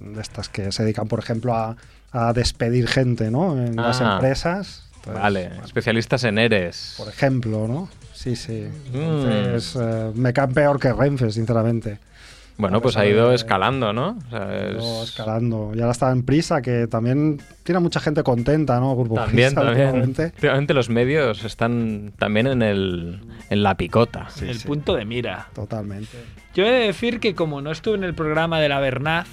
de estas que se dedican, por ejemplo, a, a despedir gente, ¿no? En las Ah. empresas. Entonces, vale, bueno, especialistas en ERES. por ejemplo, ¿no? Sí, sí. Mm. Entonces, eh, me cae peor que Renfe, sinceramente. bueno, a pues pesar ha ido de- escalando, ¿no? O sea, es- Luego eh, escalando. Y ahora está en prisa, que también tiene a mucha gente contenta, ¿no? Grupo <laughs> También, Prisa, también. últimamente. Últimamente los medios están también en, el, en la picota. el punto de mira. Totalmente. Yo he de decir que como no estuve en el programa de la Bernaz,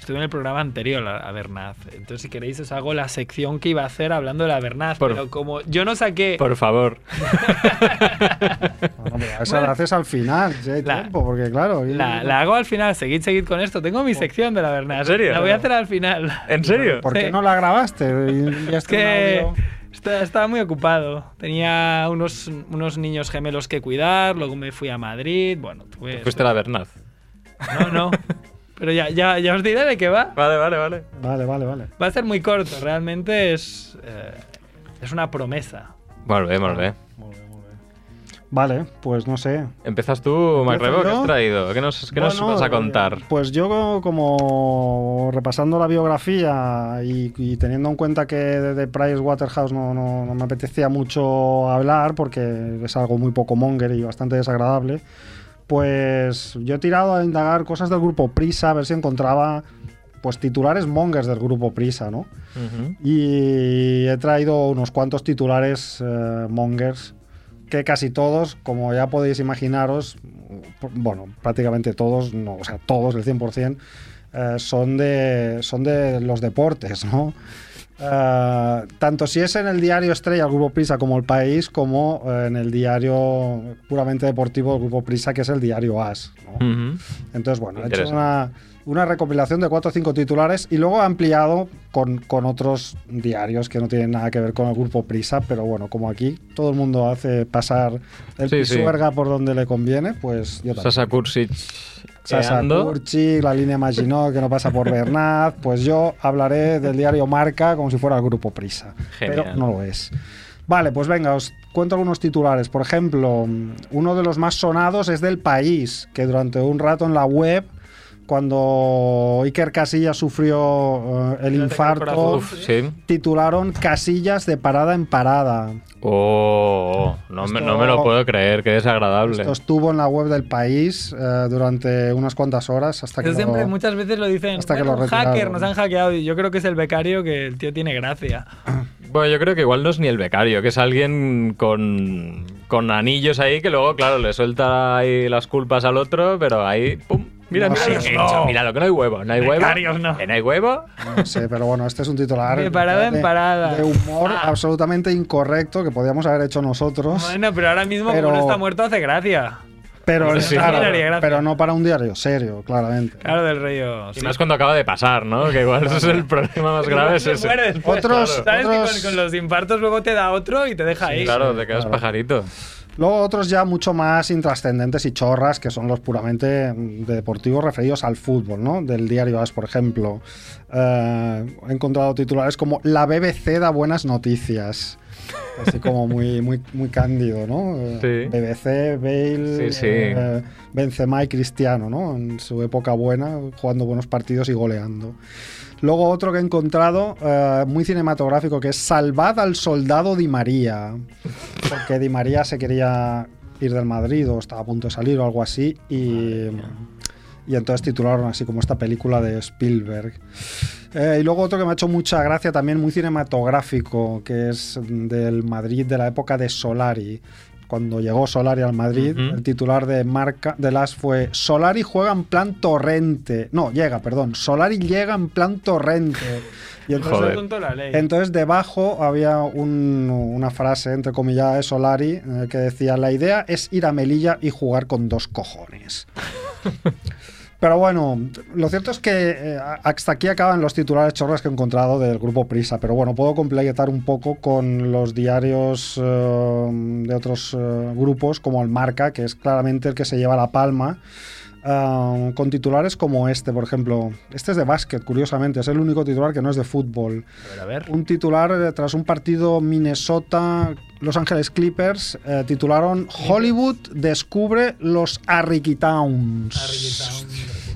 estuve en el programa anterior a a Bernaz. Entonces, si queréis, os hago la sección que iba a hacer hablando de la Bernaz. Por- Pero como yo no saqué... Por favor. Bueno, <laughs> pero esa la haces al final, si hay La- tiempo, porque claro. La, la hago al final, seguid, seguid con esto. Tengo mi sección de la Bernaz. ¿En serio? La voy a hacer al final. ¿En serio? ¿Por Sí. qué no la grabaste? Y- y <laughs> Es este que audio- esta- estaba muy ocupado. Tenía unos, unos niños gemelos que cuidar, luego me fui a Madrid. Bueno, tuve. Fuiste a la Bernaz. No, no. Pero ya, ya, ya os diré de qué va. Vale, vale, vale. Vale, vale, vale. Va a ser muy corto, realmente es, eh, es una promesa. Molt bé, molt bé. Vale, pues no sé. Empezas tú, Macrebo, ¿qué yo? has traído? ¿Qué nos, qué nos Bueno, vas a eh, contar? Pues yo como repasando la biografía y, y teniendo en cuenta que de, de Price Waterhouse no, no- no me apetecía mucho hablar porque es algo muy poco monger y bastante desagradable, pues yo he tirado a indagar cosas del grupo Prisa a ver si encontraba pues titulares mongers del grupo Prisa, ¿no? Ujú. Y he traído unos cuantos titulares eh, mongers que casi todos, como ya podéis imaginaros, por- bueno, prácticamente todos, no, o sea, todos, el 100%, eh, son, de, son de los deportes, ¿no? Eh, tanto si es en el diario Estrella, el Grupo Prisa, como El País, como eh, en el diario puramente deportivo del Grupo Prisa, que es el diario AS, ¿no? Ujú. Entonces, bueno, he hecho Interesante. una, una recopilación de cuatro o cinco titulares y luego he ampliado con, con otros diarios que no tienen nada que ver con el grupo Prisa, pero bueno, como aquí todo el mundo hace pasar el Sí, sí. pisuerga por donde le conviene, pues yo también. Sasa Kursic Sasa eando. Curci, la línea Maginot que no pasa por Bernat, pues yo hablaré del diario Marca como si fuera el grupo Prisa. Genial. Pero no lo es. Vale, pues venga, os cuento algunos titulares. Por ejemplo, uno de los más sonados es del país, que durante un rato en la web, cuando Iker Casillas sufrió eh, el infarto, Uf, sí. titularon Casillas de parada en parada. Oh, no, me, Esto- no me lo puedo creer, qué desagradable. Esto estuvo en la web del país eh, durante unas cuantas horas hasta que Yo lo- siempre, muchas veces lo dicen, hasta que "Bueno, lo un hacker, retiraron". nos han hackeado. Y yo creo que es el becario que el tío tiene gracia. Bueno, yo creo que igual no es ni el becario, que es alguien con, con anillos ahí que luego, claro, le suelta ahí las culpas al otro, pero ahí, ¡pum! Mira, No, mira, lo sí, que he no. hecho, mira lo que no hay huevo, no hay huevo. Becarios, no. Que no hay huevo. No sé, pero bueno, este es un titular De parada en parada. Ah. de humor absolutamente incorrecto que podíamos haber hecho nosotros. Bueno, pero ahora mismo Pues, Pero- como no está muerto hace gracia. pero, pues Sí. claro, Sí, haría gracia. pero no para un diario serio, claramente. Claro, del río. Y más cuando acaba de pasar, ¿no? Que igual ese es el problema <laughs> más grave. Es ese. Otros- ¿Sabes que otros- con, con los infartos luego te da otro y te deja ahí? Claro, te quedas pajarito. Luego otros ya mucho más intrascendentes y chorras, que son los puramente mm, de deportivos referidos al fútbol, ¿no? Del diario AS, por ejemplo. Eh, he encontrado titulares como La BBC da buenas noticias. Así como muy, muy, muy cándido, ¿no? Eh, Sí. BBC, Sí, Bale, sí. eh, Benzema y Cristiano, ¿no? En su época buena, jugando buenos partidos y goleando. Luego otro que he encontrado eh, muy cinematográfico que es Salvad al soldado Di María. Porque Di María se quería ir del Madrid o estaba a punto de salir o algo así. Y, y entonces titularon así como esta película de Spielberg. Eh, y luego otro que me ha hecho mucha gracia también, muy cinematográfico, que es del Madrid de la época de Solari. Cuando llegó Solari al Madrid, Ujú. el titular de marca de las fue Solari juega en plan torrente. No, llega, perdón. Solari llega en plan torrente. Y entonces Joder. Tonto la ley. entonces debajo había un- una frase entre comillas de Solari eh, que decía la idea es ir a Melilla y jugar con dos cojones. Pero bueno, lo cierto es que eh, hasta aquí acaban los titulares chorras que he encontrado del grupo Prisa. Pero bueno, puedo completar un poco con los diarios eh, de otros eh, grupos, como el Marca, que es claramente el que se lleva la palma. Ah, con titulares como este, por ejemplo. Este es de básquet, curiosamente. Es el único titular que no es de fútbol. A ver, a ver. Un titular eh, tras un partido Minnesota-Los Ángeles Clippers eh, titularon Hollywood descubre los Arriquitowns.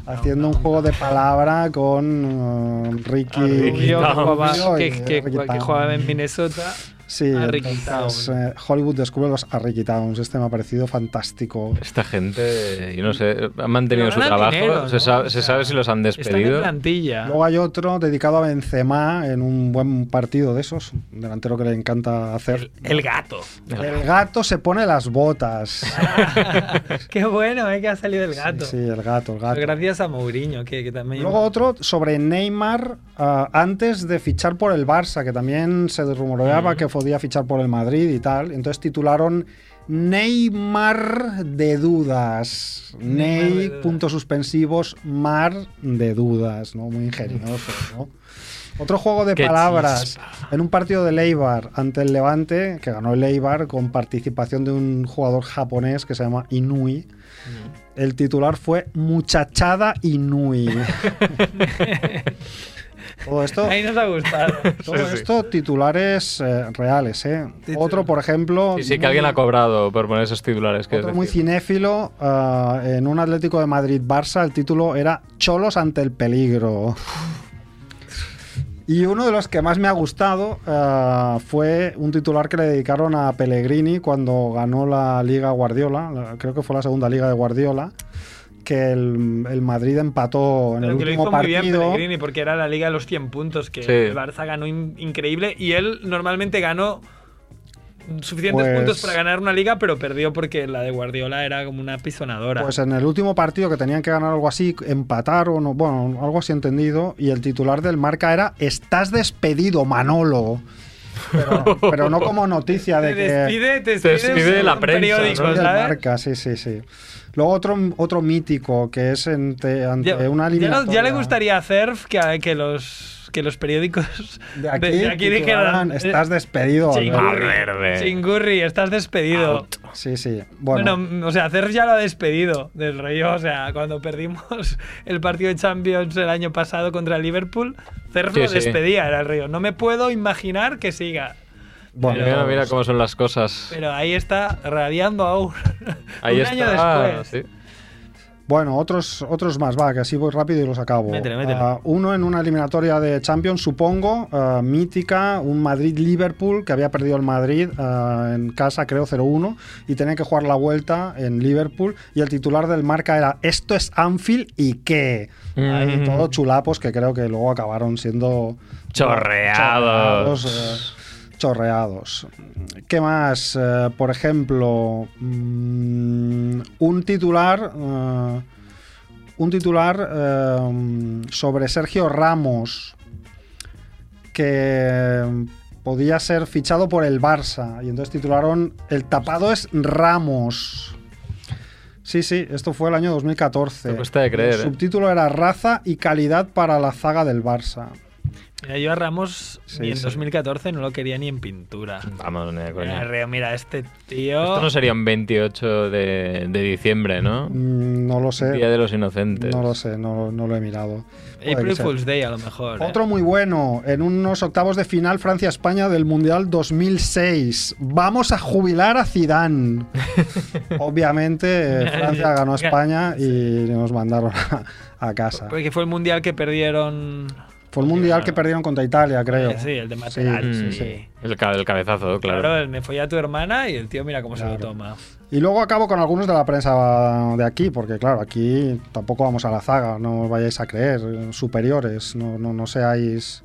Haciendo un juego de palabra con eh, Ricky Arriquitowns. Rubio, que jugaba- Rubio y que- que- que Arriquitowns. jugaba en Minnesota. Sí, Arriquitowns. entonces, eh, Hollywood descubre los Arriquitowns. Este me ha parecido fantástico. Esta gente, yo no sé, han mantenido Pero su ganan trabajo. dinero, se, ¿no? sabe, O se sea, sabe si los han Está en despedido. plantilla. Luego hay otro dedicado a Benzema en un buen partido de esos, un delantero que le encanta hacer. El gato. El, gato se pone las botas. <laughs> Qué bueno, eh, que ha salido el gato. Sí, el gato, el gato. Gracias a Mourinho, que, que también. Luego otro sobre Neymar ah, antes de fichar por el Barça, que también se Mm. rumoreaba que podía fichar por el Madrid y tal. Entonces titularon Neymar de dudas. Neymar de Ney, dudas. puntos suspensivos, mar de dudas, ¿no? Muy ingenioso, ¿no? Otro juego de Qué palabras. En un partido del Eibar ante el Levante, que ganó el Eibar con participación de un jugador japonés que se llama Inui. El titular fue Muchachada Inui. Todo esto. Ahí nos ha gustado. Todo esto titulares eh, reales, ¿eh? Titul- Otro, por ejemplo. Y sí que alguien ha cobrado por poner esos titulares. Que Otro muy cinéfilo, ah, en un Atlético de Madrid-Barça el título era Cholos ante el peligro. Y uno de los que más me ha gustado ah, fue un titular que le dedicaron a Pellegrini cuando ganó la Liga Guardiola, la- creo que fue la segunda Liga de Guardiola, que el, el Madrid empató <laughs> en el Pero que lo hizo último muy bien partido. Pellegrini porque era la liga de los 100 puntos que Sí. el Barça ganó in- increíble y él normalmente ganó suficientes Pues- puntos para ganar una liga pero perdió porque la de Guardiola era como una pisonadora. Pues en el último partido que tenían que ganar algo así, empataron, o bueno, algo así entendido, y el titular del marca era Estás despedido, Manolo. <laughs> Pero, pero no como noticia de te que. despide, te Te despide, despide un- la un prensa, periódico, ¿no? del ¿sabes? marca, sí, sí, sí. Luego otro, otro mítico que es ante, ante Ya, una ya no- eliminatoria. ya le gustaría a Cerf que, a- que los que los periódicos De aquí, <laughs> de- de titularan, eh, Estás despedido. Albert". Chingurri, Valverde. Chingurri, estás despedido. Sí, sí. Bueno, Bueno, o sea, Cerf ya lo ha despedido del rollo. O sea, cuando perdimos <laughs> el partido de Champions el año pasado contra el Liverpool, Cerf Sí, lo sí. despedía, era el rollo. No me puedo imaginar que siga. bueno, Mira, mira cómo son las cosas. Pero ahí está, radiando aún. Ahí Un está. año después. sí. Bueno, otros, otros más, va, que así voy rápido y los acabo. Métele, métele. Ah, uno en una eliminatoria de Champions, supongo, ah, mítica, un Madrid-Liverpool, que había perdido el Madrid ah, en casa, creo, 0-1, y tenía que jugar la vuelta en Liverpool, y el titular del marca era Esto es Anfield y qué. Ahí Mm. todo chulapos que creo que luego acabaron siendo... Chorreados. Chorreados, eh, chorreados. ¿Qué más? Eh, por ejemplo, mm, un titular. eh, un titular eh, sobre Sergio Ramos. Que podía ser fichado por el Barça. Y entonces titularon El tapado es Ramos. Sí, sí, esto fue el año 2014. Me cuesta de creer, El eh. subtítulo era Raza y calidad para la zaga del Barça. Mira, yo a Ramos Sí, ni en sí. 2014 no lo quería ni en pintura. Vamos, ni de coña. Era el rollo, mira, este tío. Esto no sería un 28 de, de diciembre, ¿no? Mm, No lo sé. Día de los Inocentes. No lo sé, no, no lo he mirado. Puede que April sea. Fool's Day, a lo mejor. ¿eh? Otro muy bueno, en unos octavos de final Francia-España del Mundial 2006. Vamos a jubilar a <laughs> Zidane. Obviamente eh, Francia ganó a España y nos mandaron a, a casa. Porque fue el mundial que perdieron. Fue el Mundial que perdieron contra Italia, creo. Eh, Sí, el de Mm, Materazzi. Sí, sí, sí. sí. El, ca- el cabezazo, claro. Claro. me follé a tu hermana y el tío mira cómo se lo Claro. toma. Y luego acabo con algunos de la prensa de aquí, porque claro, aquí tampoco vamos a la zaga, no os vayáis a creer, eh, superiores, no, no, no seáis...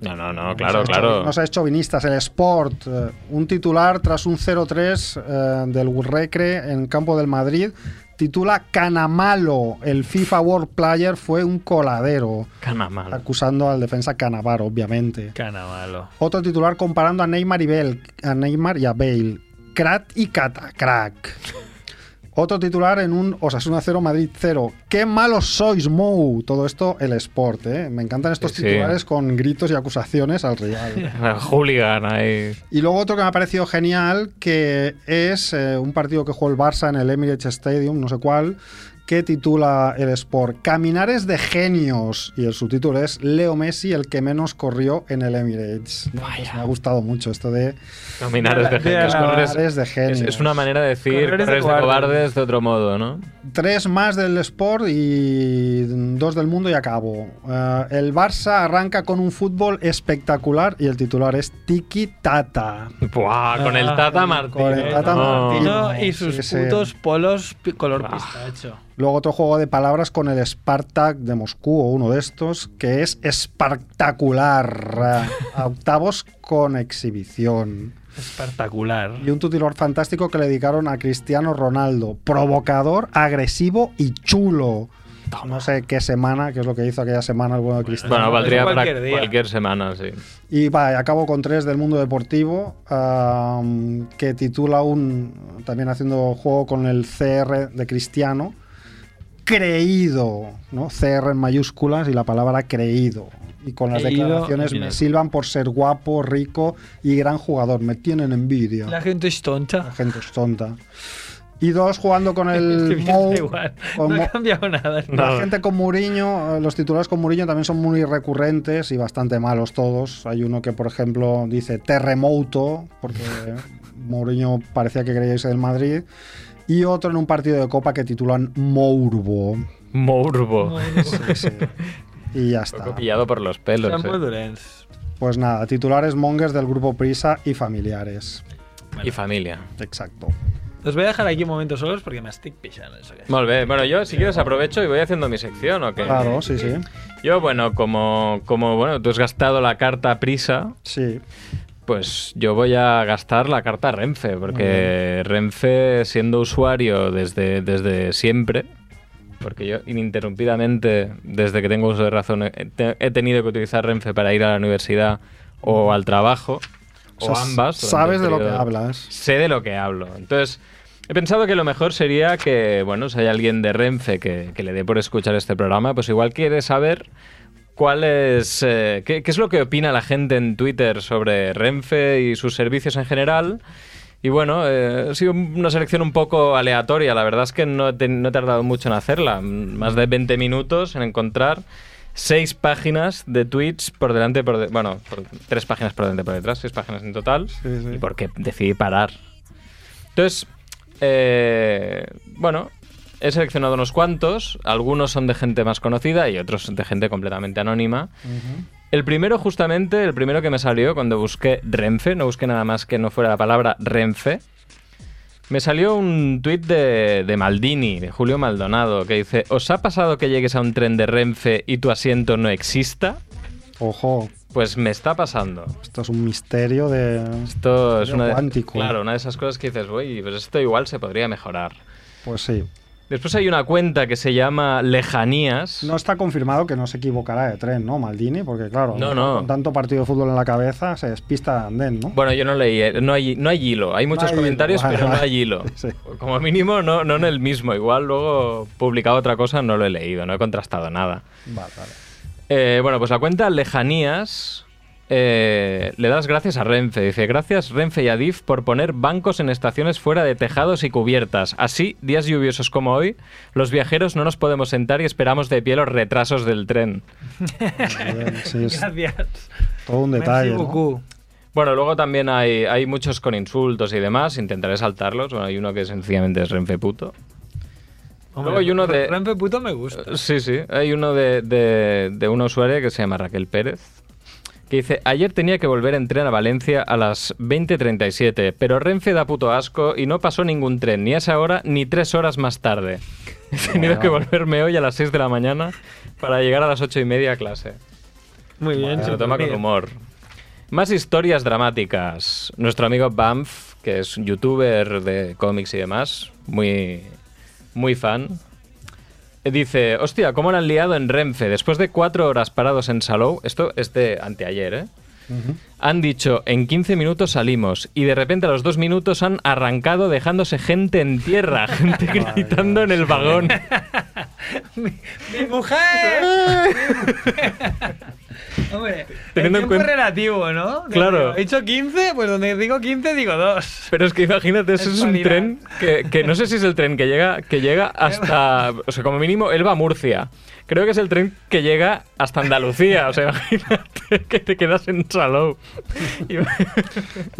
No, no, no, claro, No seáis claro. chovi- No seáis chauvinistas, el Sport, eh, un titular tras un 0-3 eh, del Recre en campo del Madrid, titula Canamalo, el FIFA World Player fue un coladero, Canamal. acusando al defensa Canavaro, obviamente. Cana malo. Otro titular comparando a Neymar y, Bale, a Neymar y a Bale. Crack y cata, <laughs> crack. Otro titular en un Osasuna 0 Madrid 0. ¡Qué malos sois, Mou! Todo esto el sport, ¿eh? Me encantan estos Sí, sí. titulares con gritos y acusaciones al <laughs> rival. Hooligan ahí. y luego otro que me ha parecido genial, que es eh, un partido que jugó el Barça en el Emirates Stadium, no sé cuál, que titula el sport Caminares de genios. Y el subtítulo es Leo Messi, el que menos corrió en el Emirates. Pues me ha Vaya. genios. gustado mucho esto de Dominares de Mira, genios. mira, Corres- Caminares de es, genios. es una manera de decir Corredores de corres de cobardes. cobardes. de otro modo, ¿no? Tres más del Sport y dos del mundo y acabo. Eh, el Barça arranca con un fútbol espectacular y el titular es Tiki Tata. Buah, con el Ah, Tata Martino. con el Tata No. Martino. Pino y sí, sus sí. putos polos pi- color Ah. pistacho. Luego otro juego de palabras con el Spartak de Moscú o uno de estos que es espectacular. A octavos con exhibición. Espectacular. Y un titular fantástico que le dedicaron a Cristiano Ronaldo. Provocador, agresivo y chulo. No sé qué semana, qué es lo que hizo aquella semana el bueno de Cristiano. Bueno, valdría Eso para cualquier día. cualquier semana, sí. Y va, y acabo con tres del mundo deportivo, am, que titula un, también haciendo juego con el CR de Cristiano, creído, ¿no? CR en mayúsculas y la palabra creído. y con las He ido, declaraciones mira. me silban por ser guapo, rico y gran jugador. Me tienen envidia. La La, gente es tonta. gente es tonta. Y dos, jugando <laughs> con Es que el piensa Mou. igual. con No Mou- ha cambiado nada. la gente con Mourinho, eh, los titulares con Mourinho también son muy recurrentes y bastante malos todos. Hay uno que, por ejemplo, dice terremoto, <laughs> porque Mourinho parecía que creía irse del Madrid. Y otro en un partido de Copa que titulan Mourbo. Morbo. Y ya está. Pillado por los pelos. eh. Pues nada, titulares mongers del grupo Prisa y familiares. Y familia. Exacto. Os voy a dejar aquí un momento solos porque me estic pixant. Eso que... Molt bé. Bueno, yo si quieres aprovecho y voy haciendo mi sección, ¿o qué? Claro, sí, sí. Yo, bueno, como, como bueno, tú has gastado la carta prisa, Sí. Pues yo voy a gastar la carta Renfe, porque Renfe, siendo usuario desde, desde siempre, porque yo ininterrumpidamente, desde que tengo uso de razón, he, te- he tenido que utilizar Renfe para ir a la universidad o al trabajo, Mm. o, O sea, ambas. durante sabes el de lo periodo- que hablas. Sé de lo que hablo. Entonces, he pensado que lo mejor sería que, bueno, si hay alguien de Renfe que, que le dé por escuchar este programa, pues igual quiere saber cuál es, eh, qué, qué es lo que opina la gente en Twitter sobre Renfe y sus servicios en general. Y bueno, eh, ha sido un- una selección un poco aleatoria. La verdad es que no he, te- no he tardado mucho en hacerla. Mm, Más de 20 minutos en encontrar seis páginas de tweets por delante, y por de- bueno, por- tres páginas por delante y por detrás, seis páginas en total. Sí, sí. Y porque decidí parar. Entonces, eh, bueno, he seleccionado unos cuantos. Algunos son de gente más conocida y otros de gente completamente anónima. El primero, justamente, el primero que me salió cuando busqué Renfe, no busqué nada más que no fuera la palabra Renfe, me salió un tuit de, de Maldini, de Julio Maldonado, que dice, ¿os ha pasado que llegues a un tren de Renfe y tu asiento no exista? Ojo, Pues me está pasando. esto es un misterio de. Esto es Yo una de, cuántico. ¿eh? claro, una de esas cosas que dices, güey, pues esto igual se podría mejorar. Pues sí. Después hay una cuenta que se llama Lejanías. No está confirmado que no se equivocará de tren, ¿no, Maldini? Porque, claro, No, no. con tanto partido de fútbol en la cabeza se despista de andén, ¿no? Bueno, yo no leí, eh, no hay, no hay hilo. Hay muchos hay hilo, comentarios, vale, pero no vale. hay hilo. <laughs> Sí. Como mínimo, no, no en el mismo. Igual luego publicado otra cosa, no lo he leído, no he contrastado nada. Vale, vale. Eh, bueno, pues la cuenta Lejanías eh, le das gracias a Renfe. Dice, gracias Renfe y Adif por poner bancos en estaciones fuera de tejados y cubiertas. Así, días lluviosos como hoy, los viajeros no nos podemos sentar y esperamos de pie los retrasos del tren. Muy bien, sí, <laughs> es Gracias. todo un detalle. Merci ¿no? beaucoup. Bueno, luego también hay, hay muchos con insultos y demás, intentaré saltarlos. Bueno, hay uno que sencillamente es Renfe puto. Luego hay uno de- Renfe puto me gusta. Sí, sí. Hay uno de, de, de una usuaria que se llama Raquel Pérez, que dice, ayer tenía que volver en tren a Valencia a las 20.37, pero Renfe da puto asco y no pasó ningún tren, ni a esa hora, ni tres horas más tarde. <laughs> He tenido que volverme hoy a las 6 de la mañana para llegar a las ocho y media a clase. Muy bien. Se lo toma con bien. humor. Más historias dramáticas. Nuestro amigo Banff, que es un youtuber de cómics y demás, muy, muy fan, dice, hostia, ¿cómo la han liado en Renfe? Después de cuatro horas parados en Salou, esto es de anteayer, ¿eh? Han dicho, en 15 minutos salimos y de repente a los dos minutos han arrancado dejándose gente en tierra, <laughs> gente gritando en el vagón. <laughs> <laughs> ¡Mi mujer! <laughs> Hombre, Teniendo el en tiempo es cuenta- relativo, ¿no? Que Claro. digo, He hecho 15, pues donde digo 15 digo 2. Pero es que imagínate, eso es un Actualidad. tren que, que no sé si es el tren que llega, que <laughs> llega hasta. O sea, como mínimo, él va a Murcia. Creo que es el tren que llega hasta Andalucía. O sea, <laughs> imagínate que te quedas en <laughs> Salou. Y-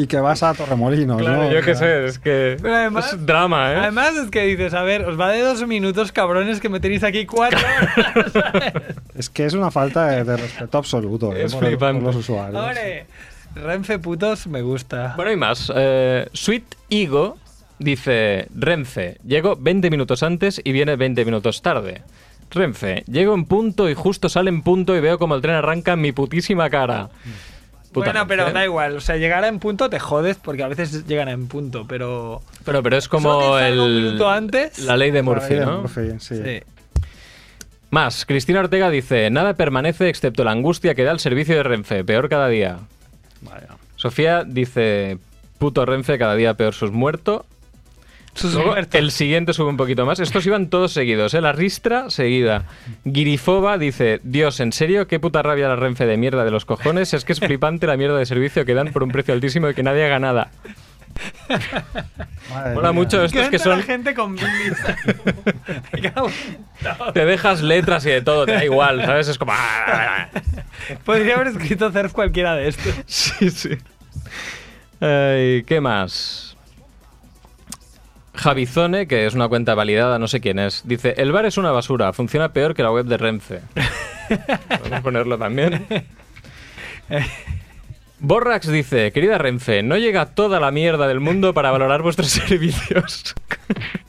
Y que vas a Torremolinos, claro, Pues ¿no? yo O qué sea, sé, es que. Pero además- es drama, ¿eh? Además es que dices, a ver, os va de dos minutos, cabrones, que me tenéis aquí cuatro. <laughs> horas, ¿sabes? Es que es una falta de, de respeto absoluto ¿eh? Es por, el- por flipante. los usuarios. Hombre, Renfe putos me gusta. Bueno, y más. Eh, Sweet Higo dice: Renfe, llego 20 minutos antes y viene 20 minutos tarde. Renfe, llego en punto y justo sale en punto y veo como el tren arranca en mi putísima cara. Puta bueno, Renfe. pero da igual. O sea, llegar en punto te jodes porque a veces llegan en punto, pero. Pero, pero es Solo como que salga un el, minuto antes. la ley de Por ahí Murphy, de ¿no? Murphy, sí. Sí. Más, Cristina Ortega dice, nada permanece excepto la angustia que da el servicio de Renfe, peor cada día. Sofía dice, puto Renfe, cada día peor sus muertos. Jesús Luego, Alberto. el siguiente sube un poquito más. Estos iban todos seguidos, ¿eh? La ristra seguida. Guirifoba dice, Dios, ¿en serio? ¿Qué puta rabia la renfe de mierda de los cojones? Es que es flipante la mierda de servicio que dan por un precio altísimo y que nadie haga nada. Madre Mola mía. mucho estos que entra son... la gente con <laughs> bilis. Te dejas letras y de todo, te da igual, ¿sabes? Es como... Podría haber escrito Cerf cualquiera de estos. Sí, sí. Ay, ¿Qué más? Javizone, que es una cuenta validada, no sé quién es, dice, el bar es una basura, funciona peor que la web de Renfe. Podemos ponerlo también. Borrax dice, querida Renfe, no llega toda la mierda del mundo para valorar vuestros <laughs> servicios.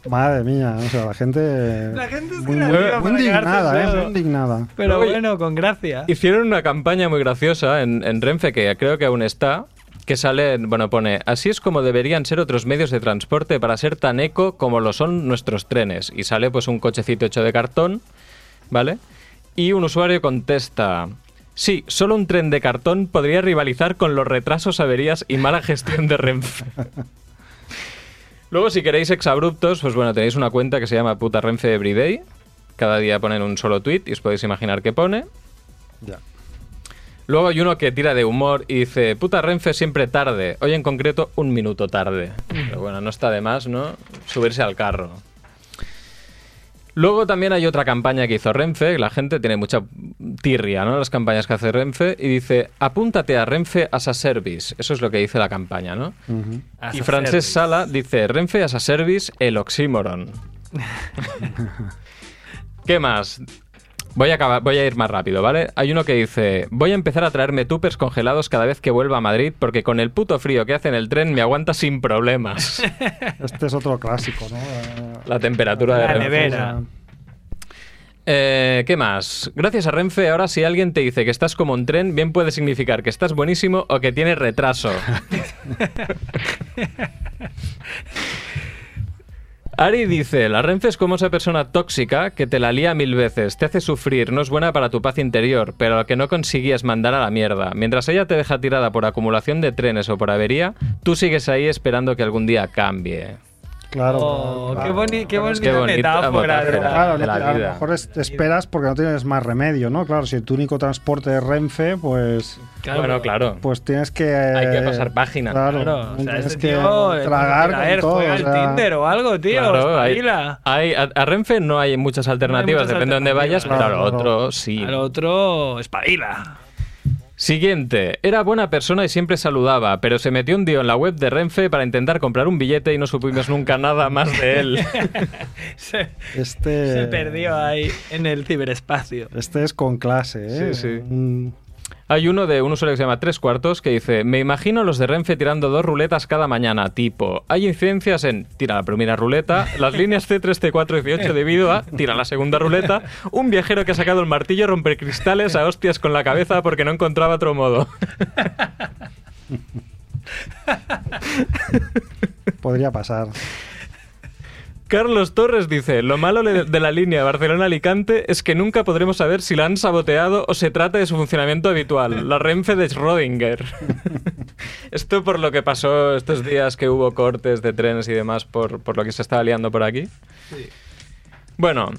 Madre mía, o sea, la gente. La gente es muy, que la muy- liga muy para indignada, cagarte ¿eh? el Muy dedo. <laughs> indignada. Pero Oye. bueno, con gracia. Hicieron una campaña muy graciosa en, en Renfe, que creo que aún está, que sale, bueno, pone, así es como deberían ser otros medios de transporte para ser tan eco como lo son nuestros trenes. Y sale pues un cochecito hecho de cartón, ¿vale? Y un usuario contesta, sí, solo un tren de cartón podría rivalizar con los retrasos, averías y mala gestión de Renfe. <laughs> Luego, si queréis exabruptos, pues bueno, tenéis una cuenta que se llama puta Renfe Everyday. Cada día ponen un solo tweet y os podéis imaginar qué pone. Ya. Luego hay uno que tira de humor y dice, puta Renfe siempre tarde, hoy en concreto un minuto tarde. Pero bueno, no está de más, ¿no? Subirse al carro. Luego también hay otra campaña que hizo Renfe, que la gente tiene mucha tirria, ¿no? Las campañas que hace Renfe y dice, apúntate a Renfe as a service. Eso es lo que dice la campaña, ¿no? Ujú. As y a Francés service. Sala dice, Renfe as a service, el <laughs> oxímoron. ¿Qué más? Voy a, acabar- voy a ir más rápido, ¿vale? Hay uno que dice, voy a empezar a traerme tuppers congelados cada vez que vuelva a Madrid porque con el puto frío que hace en el tren me aguanta sin <laughs> problemas. Este es otro clásico, ¿no? Eh, La temperatura de La Renfe. nevera. Eh, ¿Qué más? Gracias a Renfe, ahora si alguien te dice que estás como un tren, bien puede significar que estás buenísimo o que tienes retraso. Ari dice, la Renfe es como esa persona tóxica que te la lía mil veces, te hace sufrir, no es buena para tu paz interior, pero a la que no conseguías mandar a la mierda. Mientras ella te deja tirada por acumulación de trenes o por avería, tú sigues ahí esperando que algún día cambie. Claro. Oh, claro. qué, boni- qué Claro, es que bonita bonita metáfora. metáfora. de verdad. Claro, de no la te- a lo vida. mejor es- te esperas porque no tienes más remedio, ¿no? Claro, si tu único transporte es Renfe, pues, Bueno, claro. pues tienes que. Hay que pasar página, Claro, Claro, o sea, tienes este que tío, eh, tragar a ver, con todo. juega o al sea, Tinder o algo, tío. Claro, hay- espabila. hay- a, a Renfe no hay muchas alternativas, muchas depende de dónde vayas, pero al Claro, claro. otro sí. Al otro, espabila. <laughs> Siguiente. Era buena persona y siempre saludaba, pero se metió un día en la web de Renfe para intentar comprar un billete y no supimos nunca nada más de <laughs> él. Se, Este, se perdió ahí en el ciberespacio. Este es con clase, ¿eh? Sí, sí. Mm, Hay uno de un usuario que se llama Tres Cuartos que dice: Me imagino los de Renfe tirando dos ruletas cada mañana, tipo. Hay incidencias en tira la primera ruleta, las líneas C3, C4 y C8 debido a tira la segunda ruleta, un viajero que ha sacado el martillo rompe cristales a hostias con la cabeza porque no encontraba otro modo. podría pasar. Carlos Torres dice, lo malo le- de la línea Barcelona-Alicante es que nunca podremos saber si la han saboteado o se trata de su funcionamiento habitual, la Renfe de Schrödinger. <laughs> Esto por lo que pasó estos días que hubo cortes de trenes y demás por, por lo que se estaba liando por aquí. Bueno,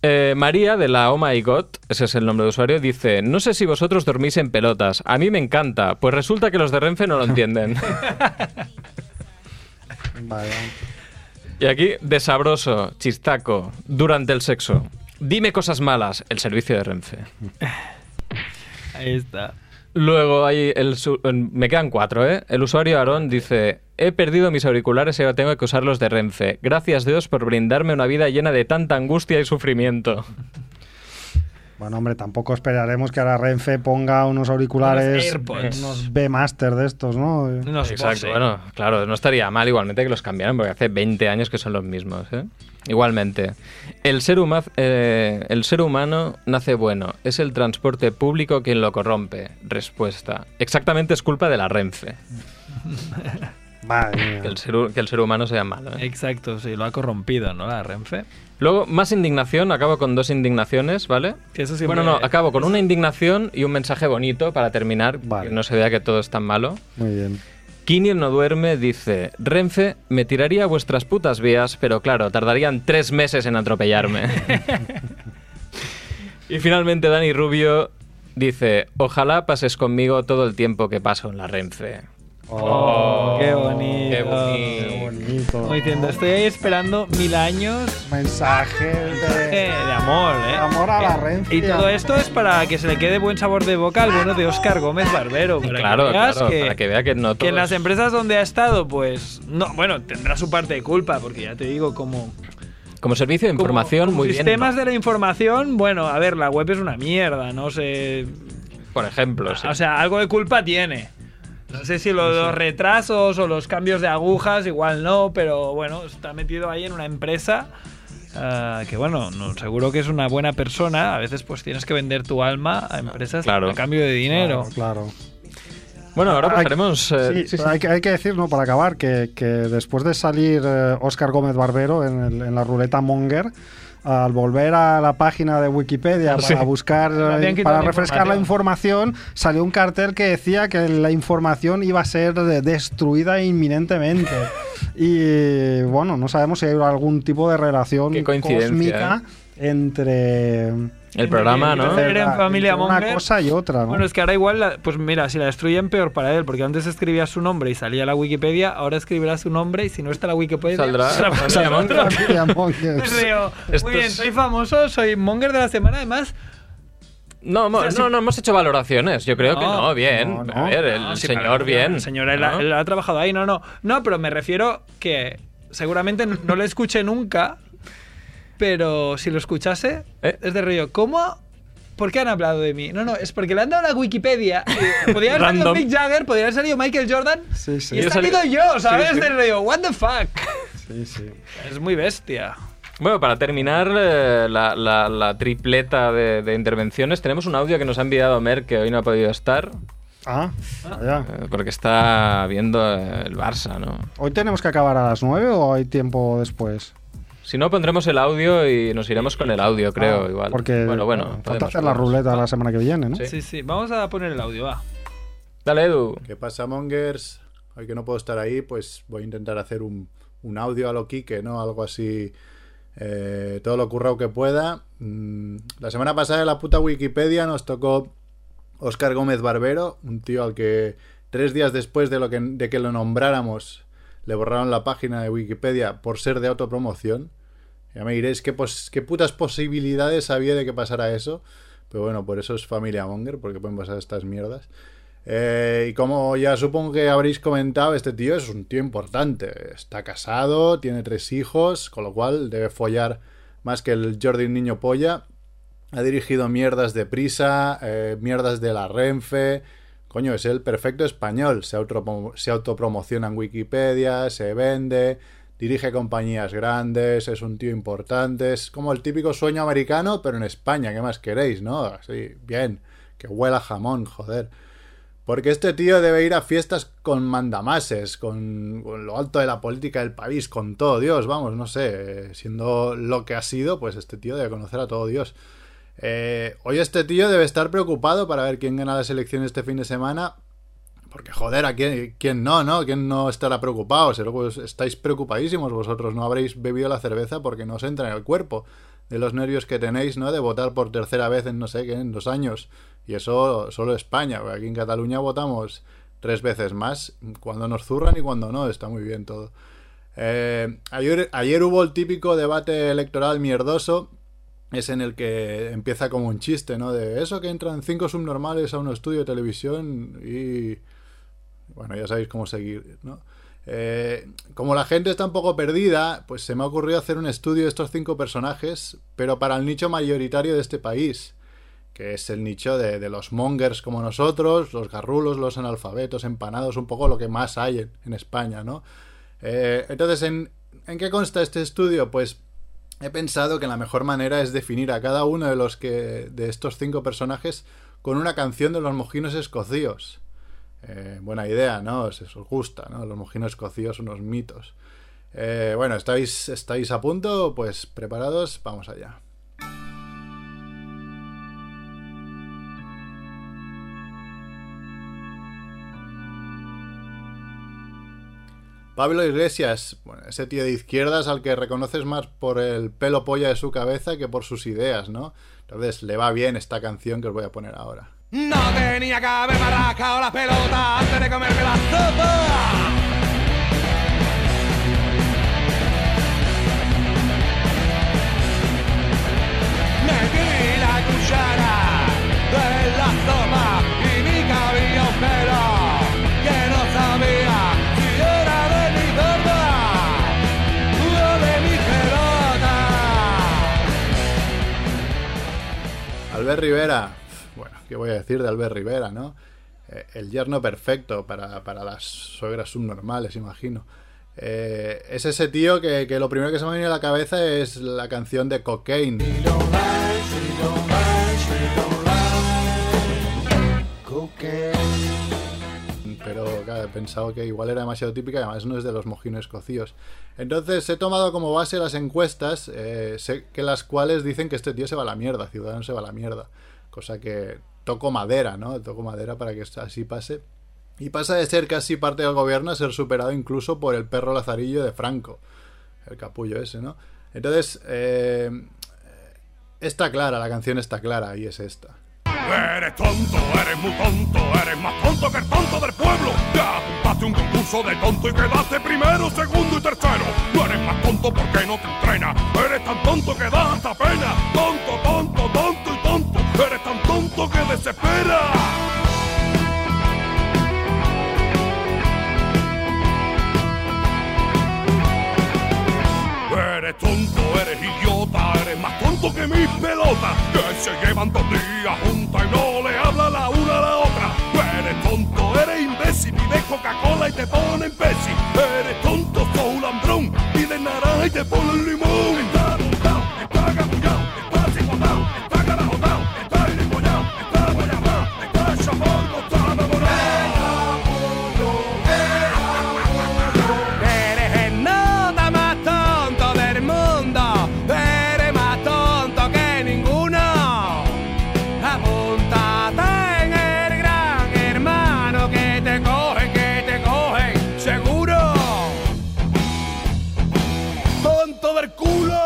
eh, María de la Oh My God, ese es el nombre de usuario, dice, no sé si vosotros dormís en pelotas, a mí me encanta, pues resulta que los de Renfe no lo entienden. Vale. Y aquí, desabroso, chistaco, durante el sexo. Dime cosas malas, el servicio de Renfe. Ahí está. Luego hay el... su- en- Me quedan cuatro, ¿eh? El usuario Aarón dice, he perdido mis auriculares y ahora tengo que usarlos de Renfe. Gracias Dios por brindarme una vida llena de tanta angustia y sufrimiento. Bueno, hombre, tampoco esperaremos que ahora Renfe ponga unos auriculares, Unos AirPods. Mm. unos B-Master de estos, ¿no? Unos pose. Bueno, claro, no estaría mal igualmente que los cambiaran porque hace 20 años que son los mismos, ¿eh? Igualmente. El ser, huma- eh, el ser humano nace bueno. Es el transporte público quien lo corrompe. Respuesta. Exactamente es culpa de la Renfe. Madre mía. Que el ser, hu- que el ser humano sea malo. ¿eh? Exacto, sí, lo ha corrompido, ¿no? La Renfe. Luego, más indignación. Acabo con dos indignaciones, ¿vale? Que eso siempre- Bueno, no, acabo con una indignación y un mensaje bonito para terminar. Vale. Que no se vea que todo es tan malo. Muy bien. Quiniel no duerme dice, Renfe, me tiraría a vuestras putas vías, pero claro, tardarían tres meses en <laughs> atropellarme. y finalmente Dani Rubio dice, ojalá pases conmigo todo el tiempo que paso en la Renfe. Oh, qué bonito. qué bonito. Qué bonito. Como diciendo, este estoy ahí esperando mil años Mensaje de, eh, de amor, ¿eh? de amor a la Renfe. Y todo esto es para que se le quede buen sabor de boca al bueno de Óscar Gómez Barbero. Para Claro, que veas claro, que, para que vea que no que en las todos- empresas donde ha estado, pues. No, bueno, tendrá su parte de culpa, porque ya te digo, como. Como servicio de como- información, como muy bien. Sistemas ¿no? de la información, bueno, a ver, la web es una mierda, no sé. Por ejemplo, sí. Ah, O sea, algo de culpa tiene. No sé si lo- los retrasos o los cambios de agujas, igual no, pero bueno, está metido ahí en una empresa ah, que bueno, no, seguro que es una buena persona. A veces pues tienes que vender tu alma a empresas Claro. a cambio de dinero. Claro. bueno, ahora Hay- pasaremos... eh, Sí, pero Hay, que, hay que decir, ¿no? Para acabar, que, que después de salir Oscar Gómez Barbero en, el- en la ruleta Monger, al volver a la página de Wikipedia para Sí. buscar, Le habían eh, quitado para la refrescar la información, salió un cartel que decía que la información iba a ser eh, destruida <laughs> inminentemente. y bueno, no sabemos si hay algún tipo de relación Qué coincidencia, cósmica entre, El programa, ¿no? Era en entre la- Familia entre una Monger. cosa y otra. ¿no? Bueno, es que ahora igual, la- pues mira, si la destruyen peor para él, porque antes escribía su nombre y salía la Wikipedia, ahora escribirá su nombre y si no está la Wikipedia, <laughs> Saldrá será para Familia nosotros. Monger. Familia <laughs> Monger. Entonces digo, Esto muy bien, es- soy famoso, soy Monger de la semana, además No, hemos- no, no hemos hecho valoraciones. Yo creo que No, no, bien. no, no. A ver, el No, Ah, sí, señor, claro, bien. El señor él, ¿no? ha- él ha trabajado ahí, no, no. No, pero me refiero que seguramente no lo escuché nunca, pero si lo escuchase, ¿Eh? es de rollo, ¿cómo? ¿Por qué han hablado de mí? No, no, es porque le han dado la Wikipedia. Podría haber salido Random. Mick Jagger, podría haber salido Michael Jordan. Sí, sí. Y he Yo salí- salido yo, ¿sabes? Sí, sí. De rollo, what the fuck. Sí, sí. Es muy bestia. Bueno, para terminar eh, la, la- la tripleta de, de intervenciones, tenemos un audio que nos ha enviado Mer, que hoy no ha podido estar, Ah, allá. eh, porque está viendo eh, el Barça, ¿no? ¿Hoy tenemos que acabar a las 9 o hay tiempo después? Si no, pondremos el audio y nos iremos con el audio, creo, Ah, igual. Porque bueno, bueno. falta podemos, hacer la podemos. ruleta la semana que viene, ¿no? Sí. Sí, sí, vamos a poner el audio, va. Dale, Edu. ¿Qué pasa, Mongers? Hoy que no puedo estar ahí, pues voy a intentar hacer un, un audio a lo Quique, ¿no? Algo así, eh, todo lo currado que pueda. Mm, la semana pasada en la puta Wikipedia nos tocó Óscar Gómez Barbero, un tío al que tres días después de, lo que, de que lo nombráramos le borraron la página de Wikipedia por ser de autopromoción. Ya me diréis qué, pos- qué putas posibilidades había de que pasara eso. Pero bueno, por eso es familia Monger, porque pueden pasar estas mierdas. Eh, y como ya supongo que habréis comentado, este tío es un tío importante. Está casado, tiene tres hijos, con lo cual debe follar más que el Jordi Niño Polla. Ha dirigido mierdas de prisa, eh, mierdas de la Renfe. Coño, es el perfecto español. Se, autopromo- se autopromociona en Wikipedia, se vende, dirige compañías grandes, es un tío importante. Es como el típico sueño americano, pero en España. ¿Qué más queréis, no? Así, bien. Que huela a jamón, joder. Porque este tío debe ir a fiestas con mandamases, con, con lo alto de la política del país, con todo Dios, vamos, no sé, eh, siendo lo que ha sido, pues este tío debe conocer a todo Dios. Eh, hoy este tío debe estar preocupado para ver quién gana las elecciones este fin de semana, porque joder, ¿a quién, quién no, no? ¿Quién no estará preocupado? Si luego estáis preocupadísimos vosotros, no habréis bebido la cerveza porque no os entra en el cuerpo. De los nervios que tenéis, ¿no? De votar por tercera vez en no sé qué, en dos años. Y eso solo España, porque aquí en Cataluña votamos tres veces más, cuando nos zurran y cuando no, está muy bien todo. Eh, ayer, ayer hubo el típico debate electoral mierdoso, es en el que empieza como un chiste, ¿no? De eso que entran cinco subnormales a un estudio de televisión y bueno, ya sabéis cómo seguir, ¿no? Eh, como la gente está un poco perdida, pues se me ha ocurrido hacer un estudio de estos cinco personajes, pero para el nicho mayoritario de este país, que es el nicho de, de los mongers como nosotros, los garrulos, los analfabetos, empanados, un poco lo que más hay en, en España, ¿no? Eh, entonces, ¿en, ¿en qué consta este estudio? Pues he pensado que la mejor manera es definir a cada uno de los que de estos cinco personajes con una canción de los mojinos escocíos. Eh, buena idea, ¿no? Si os gusta, ¿no? Los mojinos escocíos, unos mitos. Eh, bueno, ¿estáis, ¿estáis a punto? Pues preparados, vamos allá. Pablo Iglesias, bueno, ese tío de izquierdas al que reconoces más por el pelo polla de su cabeza que por sus ideas, ¿no? Entonces le va bien esta canción que os voy a poner ahora. No tenía que haber maracado la pelota antes de comerme la sopa. Me di la cuchara de la sopa y ni cabía un pelo que no sabía si era de mi barba o de mi pelota. Albert Rivera, bueno, ¿qué voy a decir de Albert Rivera, no? Eh, el yerno perfecto para, para las suegras subnormales, imagino. Eh, es ese tío que, que lo primero que se me viene a la cabeza es la canción de Cocaine. pero claro, he pensado que igual era demasiado típica y además no es de los mojines cocidos. Entonces he tomado como base las encuestas, eh, sé que las cuales dicen que este tío se va a la mierda, Ciudadanos se va a la mierda. Cosa que toco madera, ¿no? Toco madera para que así pase. Y pasa de ser casi parte del gobierno a ser superado incluso por el perro lazarillo de Franco. El capullo ese, ¿no? Entonces, eh, está clara, la canción está clara y es esta. Eres tonto, eres muy tonto, eres más tonto que el tonto del pueblo. Te apuntaste a un concurso de tonto y quedaste primero, segundo y tercero. No eres más tonto porque no te entrenas. Eres tan tonto que da hasta pena. Tonto, tonto, tonto y tonto. Eres tan tonto que desespera. Eres tonto, eres idiota, eres más tonto que mis pelotas, que se llevan dos días juntas y no le habla la una a la otra. Eres tonto, eres imbécil, pides Coca-Cola y te ponen Pepsi. Eres tonto, sos un lambrón, pides naranja y te ponen limón. Está apuntado, está agullado, está chicotao, está carajotao, está limoñao, está guayabao, está chamorro, está Eres el nota más tonto del mundo, eres más tonto que ninguno. Apúntate en el gran hermano que te cogen, que te cogen, seguro. Tonto del culo.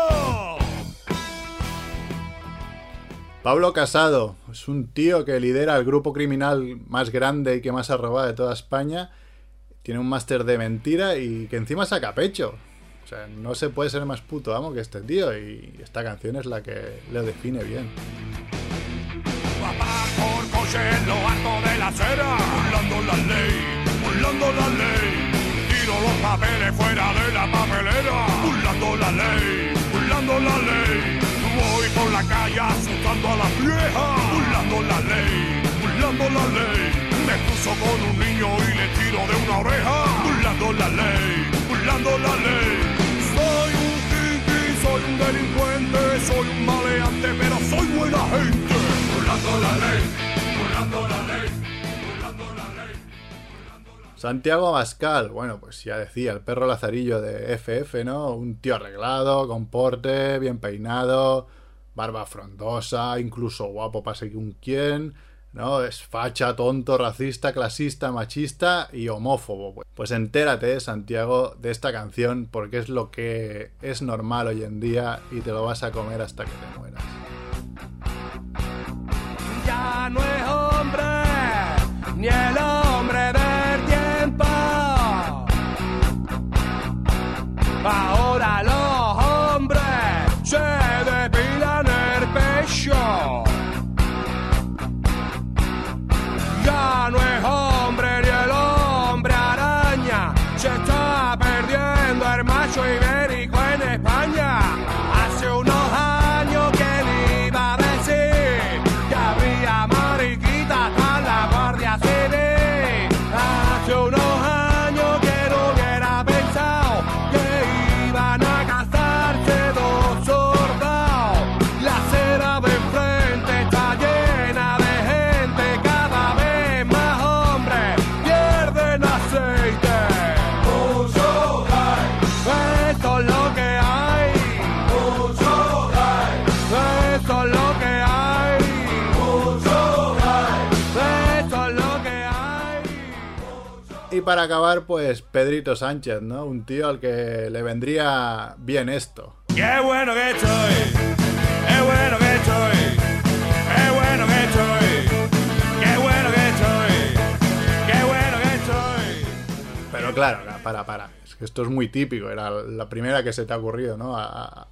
Pablo Casado es un tío que lidera el grupo criminal más grande y que más ha robado de toda España. Tiene un máster de mentira y que encima saca pecho. O sea, no se puede ser más puto amo que este tío y esta canción es la que le define bien. Papá por coche en lo alto de la acera Burlando la ley, burlando la ley Tiro los papeles fuera de la papelera Burlando la ley, burlando la ley Voy por la calle asustando a las viejas Burlando la ley, burlando la ley Me puso con un niño y le tiro de una oreja Burlando la ley, burlando la ley Soy un kinky, soy un delincuente Soy un maleante, pero soy buena gente Burlando la ley, burlando la ley Santiago Abascal, bueno, pues ya decía, el perro lazarillo de FF, ¿no? Un tío arreglado, con porte, bien peinado, barba frondosa, incluso guapo para un quién, ¿no? Es facha, tonto, racista, clasista, machista y homófobo. Pues, Pues entérate, Santiago, de esta canción porque es lo que es normal hoy en día y te lo vas a comer hasta que te mueras. ya no es hombre, ni el hombre del tiempo. Ahora los hombres se depilan el pecho. Ya no es hombre ni el hombre araña, se está perdiendo el macho ibérico en España. Hace unos años que le iba a decir que había mariquita hasta la guardia civil. Hace unos años que no hubiera pensado que iban a casarse dos soldados. La acera de enfrente está llena de gente, cada vez más hombres pierden aceite. Esto es lo que hay. Y para acabar, pues Pedrito Sánchez, ¿no? Un tío al que le vendría bien esto. ¡Qué bueno que estoy! ¡Qué bueno que estoy! ¡Qué bueno que estoy! ¡Qué bueno que estoy! ¡Qué bueno que estoy! Pero claro, ca- para, para. Es que esto es muy típico. Era la primera que se te ha ocurrido, ¿no? A, a-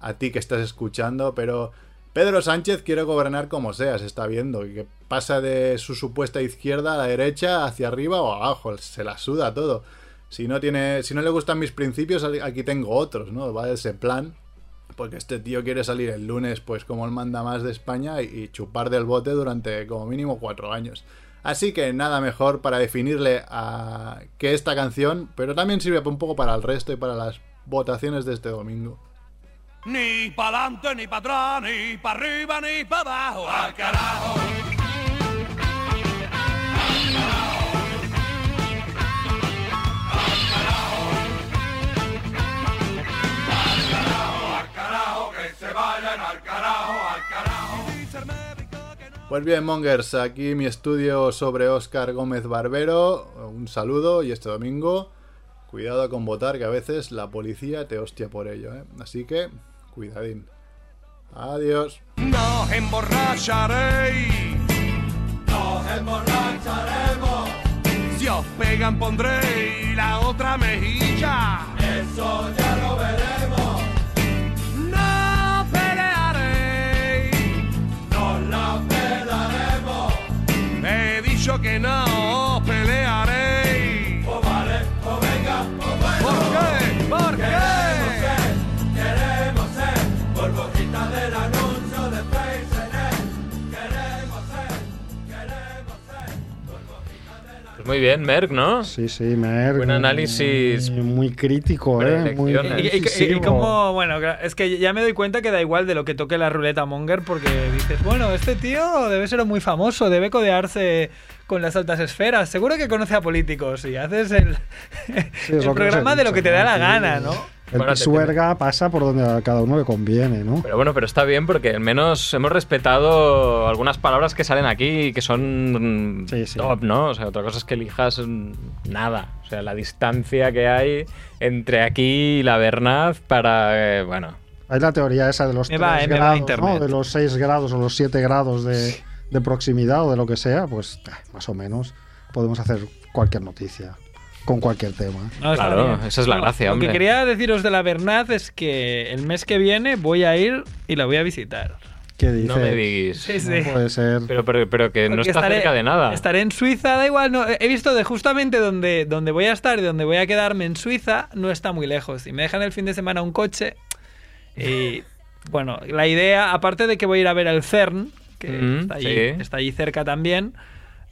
a ti que estás escuchando. Pero Pedro Sánchez quiere gobernar como sea, se está viendo. Y que pasa de su supuesta izquierda a la derecha, hacia arriba o abajo. Se la suda todo. Si no, tiene, si no le gustan mis principios, al- aquí tengo otros, ¿no? Va de ese plan. Porque este tío quiere salir el lunes, pues como el manda más de España, y, y chupar del bote durante como mínimo cuatro años. Así que nada mejor para definirle a que esta canción, pero también sirve un poco para el resto y para las votaciones de este domingo. Ni pa'lante, ni pa' atrás, ni pa' arriba, ni pa' abajo. ¡Al carajo! Pues bien, Mongers, aquí mi estudio sobre Oscar Gómez Barbero. Un saludo y este domingo, cuidado con votar, que a veces la policía te hostia por ello, ¿eh? Así que, cuidadín. Adiós. Nos emborracharéis. Nos emborracharemos. Si os pegan pondréis la otra mejilla. Eso ya lo veremos. No pelearéis. Nos la pelaremos. He dicho que no os pelearéis. O Pues vale, o venga, o bueno. ¿Por qué? ¿Por qué? Queremos ser, por boquita del anuncio de Pues muy bien, Merck, ¿no? Sí, sí, Merck. Buen análisis. Muy, muy crítico, ¿eh? Muy Preelecciones. Y, y- y- incisivo. y como, bueno, claro, es que ya me doy cuenta que da igual de lo que toque la ruleta Monger, porque dices, bueno, este tío debe ser muy famoso, debe codearse con las altas esferas, seguro que conoce a políticos y haces el, Sí, es el lo que os he programa de lo dicho, que te da ¿no? la Aquí gana, ¿no? El Bueno, te pisuerga pasa por donde a cada uno le conviene, ¿no? Pero bueno, pero está bien porque al menos hemos respetado algunas palabras que salen aquí y que son mm, Sí, sí. top, ¿no? O sea, otra cosa es que elijas mm, nada. O sea, la distancia que hay entre aquí y la Bernaz para, eh, bueno, Hay la teoría esa de los Me tres va, eh, me va grados, internet. ¿no? De los 6 grados o los 7 grados de, de proximidad o de lo que sea, pues ah, más o menos podemos hacer cualquier noticia con cualquier tema. No, está Claro, bien. esa es la gracia, Lo hombre. que quería deciros de la Bernaz es que el mes que viene voy a ir y la voy a visitar. ¿Qué dices? no me digas. Sí, sí. No puede ser. Pero, pero, pero que no Porque está cerca de nada. Estaré en Suiza, da igual. No, he visto de justamente donde, donde voy a estar y donde voy a quedarme en Suiza, no está muy lejos. Y me dejan el fin de semana un coche. Y bueno, la idea, aparte de que voy a ir a ver el CERN, que Mm, está, allí, sí. está allí cerca también,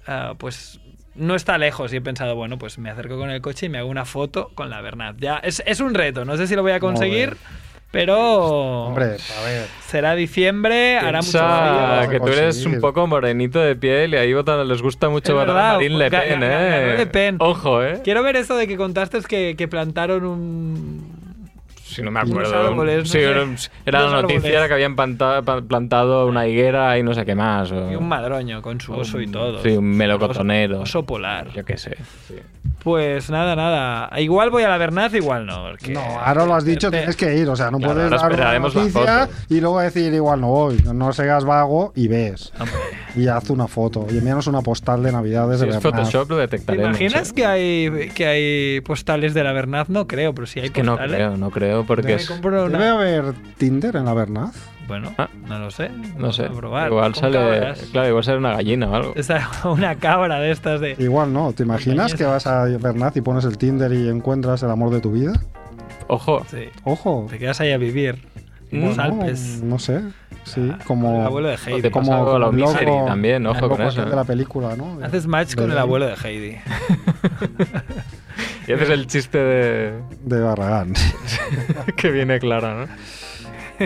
ah, pues no está lejos. Y he pensado, bueno, pues me acerco con el coche y me hago una foto con la Bernat. Ya, es, es un reto, no sé si lo voy a conseguir. Pero Hombre, a ver. será diciembre, hará mucho Piensa frío. vas a que tú eres conseguir. un poco morenito de piel y ahí votan, les gusta mucho Es votar a verdad, Marine Le ga- Pen, ga- ¿eh? ganó Le Pen. Ojo, ¿eh? Quiero ver eso de que contaste que, que plantaron un... Si no me Unos acuerdo. árboles, Pues no Sí, sé. era- era Unos la árboles. noticia era que habían planta- pa- plantado una higuera y no sé qué más. o- y un madroño con su oso y todo. Sí, Ah. un melocotonero. Oso polar. Yo qué sé. Pues nada, nada. Igual voy a la Bernaz, igual no. porque- No, ahora lo has dicho, Te- tienes que ir. O sea, no Claro, puedes ahora dar una esperaremos la noticia foto. y luego decir igual no voy. No seas vago y ves. Y haz una foto. Y envíanos una postal de Navidades Si de es Bernat. Photoshop lo ¿Te detectaremos. imaginas ¿eh? que hay, que hay postales de la Bernaz? No creo, pero si hay Es que no postales... creo, no creo porque me es... compro una- ¿Debe haber Tinder en la Bernat? Bueno, Ah. no lo sé. No sé. Vamos a probar. Igual Con sale... eh, cabras. <laughs> Claro, igual sale una gallina o algo. Te sale una cabra de estas de... Igual no. ¿Te imaginas Montañesas. que vas a Bernat y pones el Tinder y encuentras el amor de tu vida? Ojo. Sí. Ojo. Te quedas ahí a vivir. En Mm. los Bueno, Alpes. no sé. Sí, Ah, como. El abuelo de Heidi. te pasa algo a la Misery también, ojo el loco con eso, aquel ¿eh? de la película, ¿no? Haces match con el abuelo de Heidi. Y haces el chiste de... <laughs> De Barragán. que viene Clara, ¿no?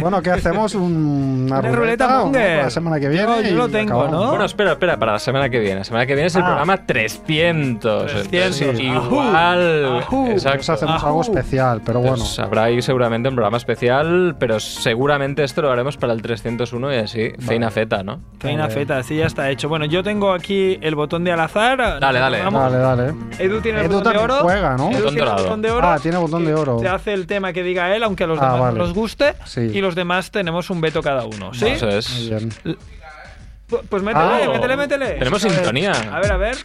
Bueno, ¿qué hacemos? Un- Una, Una ruleta o no? Munger. Para la semana que viene. Yo- yo y lo tengo, acabamos. ¿no? Bueno, espera, espera, para la semana que viene. La semana que viene es el Ah. programa 300. 300. Entonces, Sí. Igual. Ajú, ajú. Exacto. Pues hacemos Ajú. algo especial, pero bueno. Pues habrá ahí seguramente un programa especial, pero seguramente esto lo haremos para el 301 y así, feina feta, ¿no? Feina feta, así ya está hecho. Bueno, yo tengo aquí el botón de al azar. Dale, dale. Vamos. Dale, dale. Edu tiene el Edu botón de también oro. juega, ¿no? Edu Botón tiene el dorado. botón de oro. Ah, tiene botón de oro. Se hace el tema que diga él, aunque a los Ah, demás vale. no les guste. Sí. Y los demás tenemos un veto cada uno. ¿Sí? Eso es. Muy bien. Pu- Pues métele, Ah. métele, métele. Tenemos A ver, sintonía. A ver, a ver.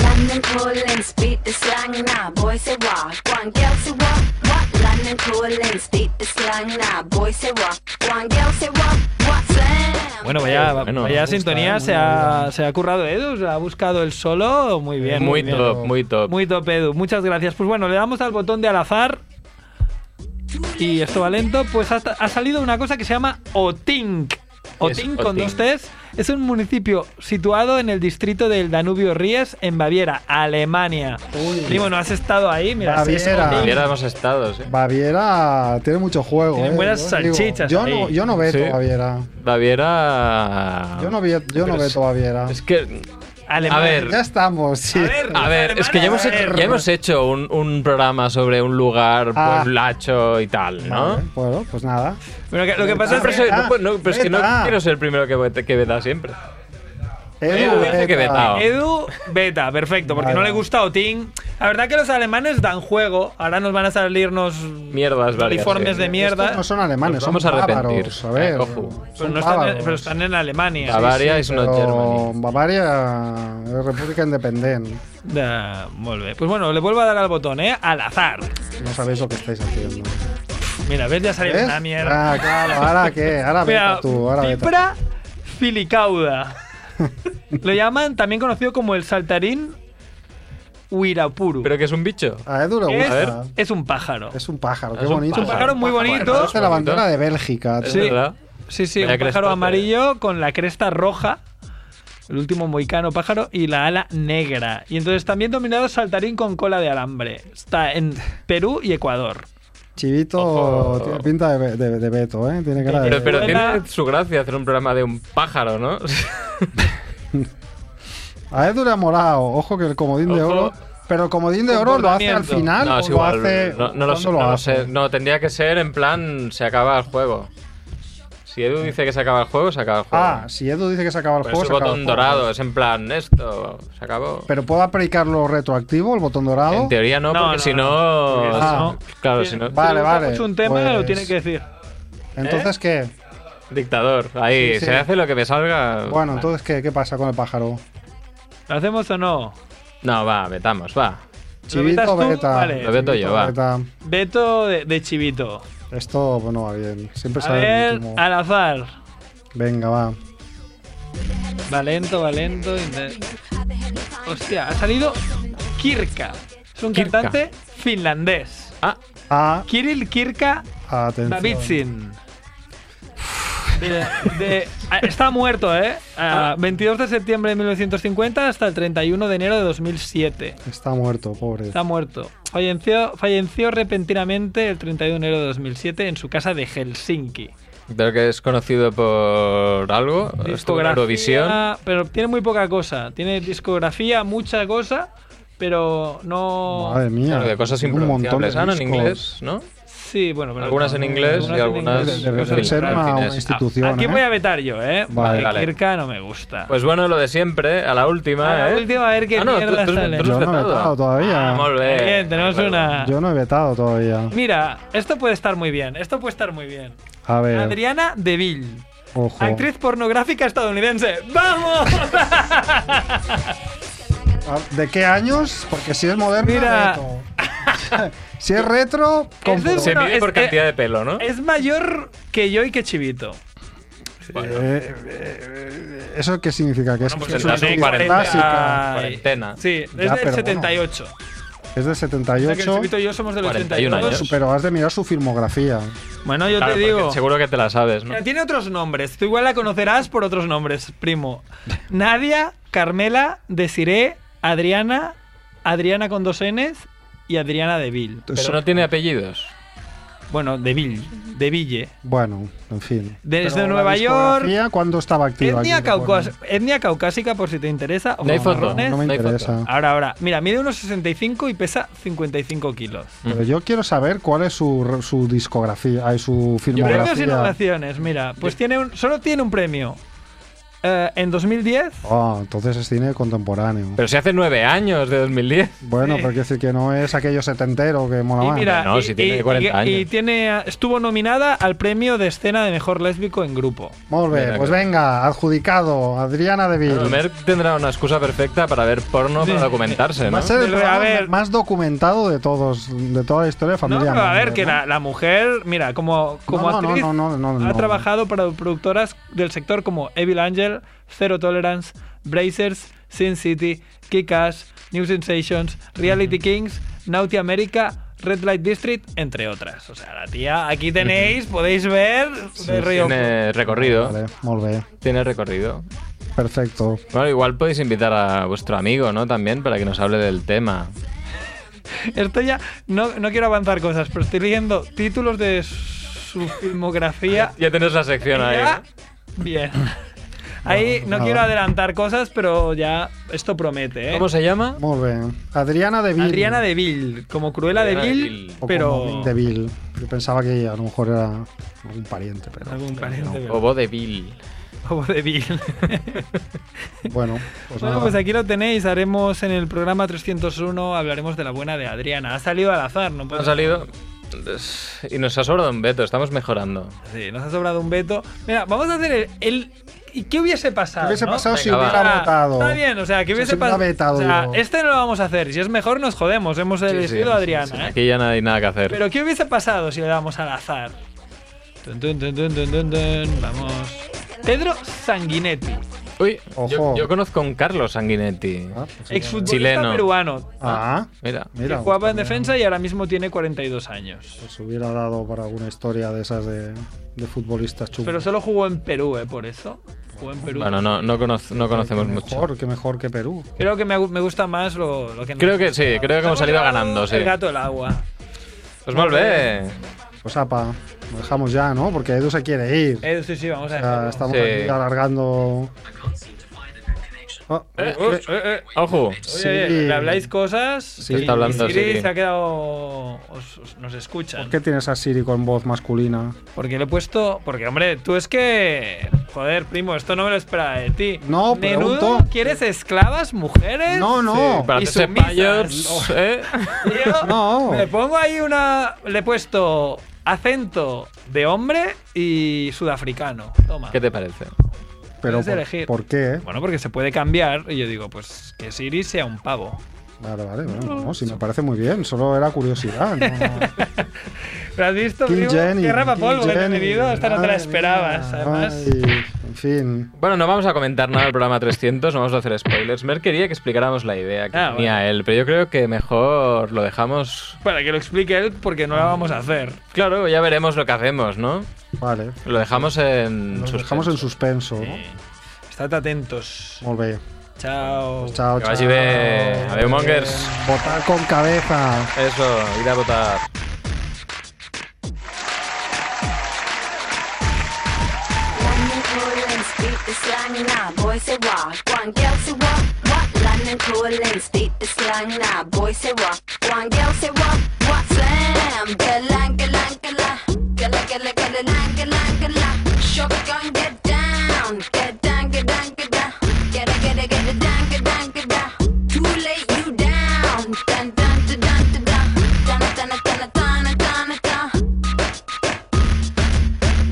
London cool and speed the slang now, boy say what? One girl say what? What? London cool and speed the slang now, boy say what? One girl say what? What slang? Bueno, vaya, Bueno, vaya me gusta, sintonía, eh, se, ha, se ha currado Edu, se ha buscado el solo. Muy bien. muy, bien. top, muy top, Muy top, Edu. Muchas gracias. Pues bueno, le damos al botón de al azar. Y esto va lento. Pues ha, ha salido una cosa que se llama Otink. Otink con Otink. dos Tes. Es un municipio situado en el distrito del Danubio Ries, en Baviera, Alemania. Primo, ¿no has estado ahí? Mira, sí, Baviera. Otink. Baviera hemos estado, ¿eh? sí. Baviera tiene mucho juego. Tienen eh. buenas Yo digo, salchichas Yo ahí. no, yo no veto Sí. Baviera. Baviera. Yo no, vi- yo no Pero veto Baviera. Es que. Alemania. A ver. Ya estamos, sí. A ver, es que ya hemos hecho, ya hemos hecho un, un programa sobre un lugar, Ah. pueblacho y tal, ¿no? Vale, Bueno, pues nada. Bueno, que- lo que pasa es Siempre que soy- veta, no, pues, no, pero es que no veta. quiero ser el primero que veta, que veta siempre. Edu, dice que vetao. <laughs> Edu, beta, perfecto, porque Vale. no le gusta Otín. La verdad que los alemanes dan juego. Ahora nos van a salirnos Mierdas varias, uniformes sí. de mierda. Estos no son alemanes, Nos son vamos a arrepentir. bávaros. A ver, Eh, ojo. pero, son no están, bávaros. pero están en Alemania. Bavaria is not Pero Germany. Bavaria es república independiente. Da, molt bé. Pues bueno, le vuelvo a dar al botón, ¿eh? Al azar. No sabéis lo que estáis haciendo. Mira, ves, ya salió ¿Ves? una mierda. Ah, claro, ahora qué, ahora Mira, vete tú, ahora vete. Pipra filicauda. <laughs> Lo llaman también conocido como el saltarín Huirapuru. Pero que es un bicho. A Edu le es, Ah, gusta. es un pájaro. Es un pájaro, qué Es un bonito. un pájaro muy Bueno, bonito. Parece la bandera de Bélgica. Es Sí. verdad. Sí, sí, Vaya un pájaro crestote. amarillo con la cresta roja, el último moicano pájaro, y la ala negra. Y entonces también dominado saltarín con cola de alambre. Está en Perú y Ecuador. Chivito Ojo. tiene pinta de, de, de Beto, ¿eh? Tiene cara de... Pero, pero Suena- tiene su gracia hacer un programa de un pájaro, ¿no? <laughs> A Edu le ha morado. Ojo que el comodín de Ojo. oro... Pero el comodín de oro lo hace al Comportamiento. final no, o es Ah, lo igual. hace... no, no lo, sé, ¿cuándo no lo hace? sé. No, tendría que ser en plan, se acaba el juego. Si Edu dice que se acaba el juego, se acaba el juego. Ah, si Edu dice que se acaba el Pero juego, es se un acaba el botón juego. dorado, es en plan, esto, se acabó. Pero ¿puedo aplicarlo retroactivo, el botón dorado? En teoría no, No, porque no, si no. no, porque si no- Claro, si no. Ah. Vale, Si le gusta vale, mucho un tema pues- lo tiene que decir. Entonces, ¿qué? ¿Eh? Dictador. Ahí, Sí, sí. se hace lo que me salga. Bueno, entonces, ¿qué, qué pasa con el pájaro? ¿Lo hacemos o no? No, va, metamos, va. vetas Chivito tú? beta. Vale. Lo veto Chivito yo, va. beta. Beto de, de Chivito. Esto bueno, va bien. Siempre A sale el ver, último. al azar. Venga, va. Va lento, va lento. inte- Hostia, ha salido Kirka. Es un Kirka. cantante finlandés. Ah, Ah, Kirill Kirka atención. Davidsin. De- de- ah, está muerto, ¿eh? Ah, 22 de septiembre de 1950 hasta el 31 de enero de 2007. Está muerto, pobre. Está muerto. Falleció, falleció repentinamente el 31 de enero de 2007 en su casa de Helsinki. creo que es conocido por algo. Estuvo en Discografía, Eurovisión. Pero tiene muy poca cosa. Tiene discografía, mucha cosa, pero no... Madre mía. Claro, de cosas Tiene un montón de impronunciables. Ah, no, en discos. inglés, ¿no? Sí, bueno, pero Algunas en inglés y en algunas- inglés. Debe Cosas ser una, una impronunciables. institución. Aquí ¿eh? voy a vetar yo, ¿eh? Vale. Porque Dale. Kirka no me gusta. Pues bueno, lo de siempre, a la última, A la ¿eh? última, a ver qué ah, no, tú, mierda tú- tú sale. has Yo no me he vetado. vetado todavía. Ah, molt bé. Muy bien, tenemos Claro. una. Yo no he vetado todavía. Mira, esto puede estar muy bien. Esto puede estar muy bien. A ver, Adriana Deville, ojo. actriz pornográfica estadounidense. ¡Vamos! Ah, ¿De qué años? Porque si es moderno, Mira. reto. <laughs> si es retro, compro. de- Se Bueno, mide es por que- cantidad de pelo, ¿no? <laughs> es mayor que yo y que Chivito. Eh, eh, ¿Eso qué significa? Que es, pues que es tendrá una su serie cuarenta. clásica. Cuarentena. Sí, es Ya, pero del bueno. 78. Es del Ah. O sea que el 78. Chivito y yo somos del 41 82. años. Pero has de mirar su filmografía. Bueno, yo Claro, te porque digo. Seguro que te la sabes, ¿no? Mira, Tiene otros nombres. Tú igual la conocerás por otros nombres, primo. Nadia, Carmela, Desiree, Adriana, Adriana con dos Ns y Adriana Deville. Pero no tiene apellidos. Bueno, Deville, Deville. Bueno, en fin. Desde Pero la Nueva York. discografía, ¿Cuándo estaba activa? Etnia, aquí? Recuerdo. caucas- etnia caucásica, por si te interesa. o No hay foto. marrones. No me no hay foto. interesa. Ahora, ahora. Mira, mide unos 65 y pesa 55 kilos. Pero yo quiero saber cuál es su, su discografía, ay, su Premios y filmografía. nominaciones, mira. Pues tiene un, solo tiene un premio. Eh, en 2010, Oh, entonces es cine contemporáneo. Pero si hace nueve años de 2010. bueno, pero quiero decir que no es aquello setentero que mola y más. mira, Oh, no, y- si tiene y- 40 y- y años. tiene, estuvo nominada al premio de escena de mejor lésbico en grupo. Molt bé, Mira, pues que- venga, adjudicado, Adriana de Vil. Bueno, Merck tendrá una excusa perfecta para ver porno para documentarse, ¿no? Va a ser el Pero, a programa ver- más documentado de todos, de toda la historia de No, familia. pero a Manson, ver, que ¿no? la, la mujer, mira, como, como No, no, actriz no, no, no, no, ha no. trabajado para productoras del sector como Evil Angel, Zero Tolerance, Brazers, Sin City, Kick-Ass, New Sensations, Reality Kings, Naughty America, Red Light District, entre otras. O sea, la tía, aquí tenéis, podéis ver de río. Tiene recorrido. Vale, molt bé, Tiene recorrido. perfecto. Bueno, igual podéis invitar a vuestro amigo, ¿no? También para que nos hable del tema. Esto ya, no, no quiero avanzar cosas, pero estoy leyendo títulos de su filmografía Ya tenéis la sección ahí. ¿eh? Ya. <laughs> Bien. Ahí no nada. quiero adelantar cosas, pero ya esto promete, ¿eh? ¿Cómo se llama? Molt bé. Adriana de Vil. Adriana Deville, como Cruella Adriana Deville, Deville. O pero como de Vil. Yo pensaba que a lo mejor era algún pariente, pero... algún pariente pero- Obo de Bill. Obo Deville. Bueno, pues <laughs> bueno, nada. pues aquí lo tenéis. Haremos en el programa 301 hablaremos de la buena de Adriana. Ha salido al azar, no Ha puedo salido. Es- Y nos ha sobrado un veto, estamos mejorando. Sí, nos ha sobrado un veto. Mira, vamos a hacer el. el- ¿Y qué hubiese pasado? ¿Qué hubiese no? pasado si Venga, hubiera Ah, votado? Está bien, o sea, que Si hubiese se hubiera pasado. vetado, o sea, digo. este no lo vamos a hacer. Si es mejor, nos jodemos. Hemos Sí, elegido sí, a Adriana. sí, sí. ¿eh? Aquí ya no hay nada que hacer. Pero ¿qué hubiese pasado si le damos al azar? Tun, tun, tun, tun, tun, tun, tun. Vamos. Pedro Sanguinetti, Uy, Ojo. yo, yo conozco a un Carlos Sanguinetti. Ah, pues- exfutbolista Chileno. peruano, Ah, Mira. que mira. jugaba en pues también defensa y ahora mismo tiene 42 años. Se hubiera dado para alguna historia de esas de, de futbolistas chungos. Pero solo jugó en Perú, ¿eh? Por eso. Jugó en Perú. Bueno, no, no, conoz- no conocemos Qué mucho. Mejor, que mejor que Perú. Creo que me, gu- me gusta más lo, lo que... nos Creo que gusta. sí, creo que hemos salido ganando, sí. El gato del agua. Pues molt bé. Pues apa, lo dejamos ya, ¿no? Porque Edu se quiere ir. Eh, sí, sí, vamos a O sea, dejarlo. estamos Sí. aquí alargando. Ah, Eh, eh, eh, eh, Ojo. Oye, oye, sí. le habláis cosas Se está hablando, y Siri sí. se ha quedado... os- os- nos escuchan. ¿Qué tienes a Siri con voz masculina? Porque le he puesto. Porque, hombre, tú es que. Joder, primo, esto no me lo esperaba de ti. No, Menudo, pregunto. ¿Quieres esclavas, mujeres? No, no. Para Y hacerse <laughs> sumisas. <laughs> payos, ¿eh? Tío, No. Le pongo ahí una. Le he puesto acento de hombre y sudafricano. Toma. ¿Qué te parece? Pero puedes por, elegir. ¿por qué? Bueno, porque se puede cambiar. Y yo digo, pues que Siri sea un pavo. Vale, vale, bueno, no, si me parece muy bien, solo era curiosidad. no- ¿Pero has visto, Kim primo? Jenny, Qué rapa polvo Kim que he Jenny. tenido. Esta no te la Ay, esperabas, mira, además. ay, en fin. Bueno, no vamos a comentar nada del programa 300, no vamos a hacer spoilers. Mer quería que explicáramos la idea que Ah, tenía bueno. él, pero yo creo que mejor lo dejamos. Para que lo explique él, porque no la vamos a hacer. Claro, ya veremos lo que hacemos, ¿no? Vale. Lo dejamos en. Nos suspenso. dejamos en suspenso, ¿no? Estad atentos. Molt bé. Chao. Chao, Que chao. vagi bé. Adéu, mongers. Votar con cabeza. Eso, ir a votar. London calling, speak the slang now, boy say what? One girl say what? What? London calling, speak the slang now, boy say what? One girl say what? What slam? Galang, galang, galang, galang, galang, galang, galang, galang. Shorty gon' get down, get down, get down, get down, get down, get down, get down, get down, get down. Too late, you down, dun dun dun dun dun dun, dun dun dun dun dun dun dun dun.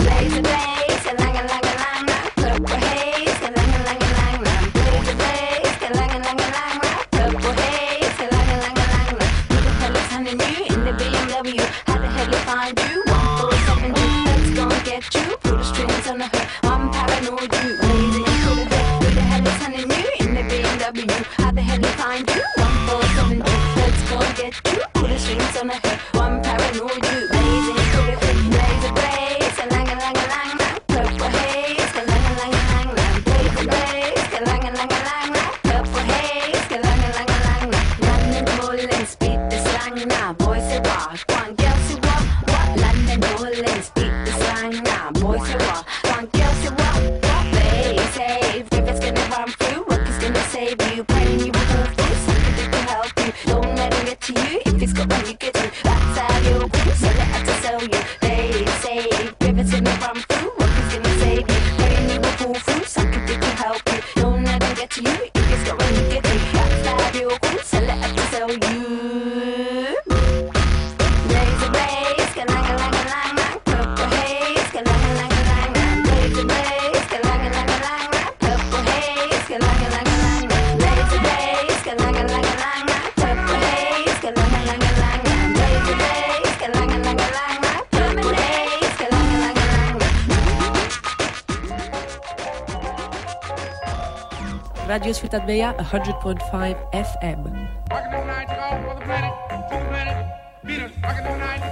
Blaze the bass, lang lang lang lang, purple haze, lang lang lang lang. Blaze the bass, lang lang lang lang, purple haze, lang lang lang lang. Look at the lights on the new Radio Ciutat Vella, 100.5 FM. I can do nine to go for the planet, to the planet. Venus, I can do nine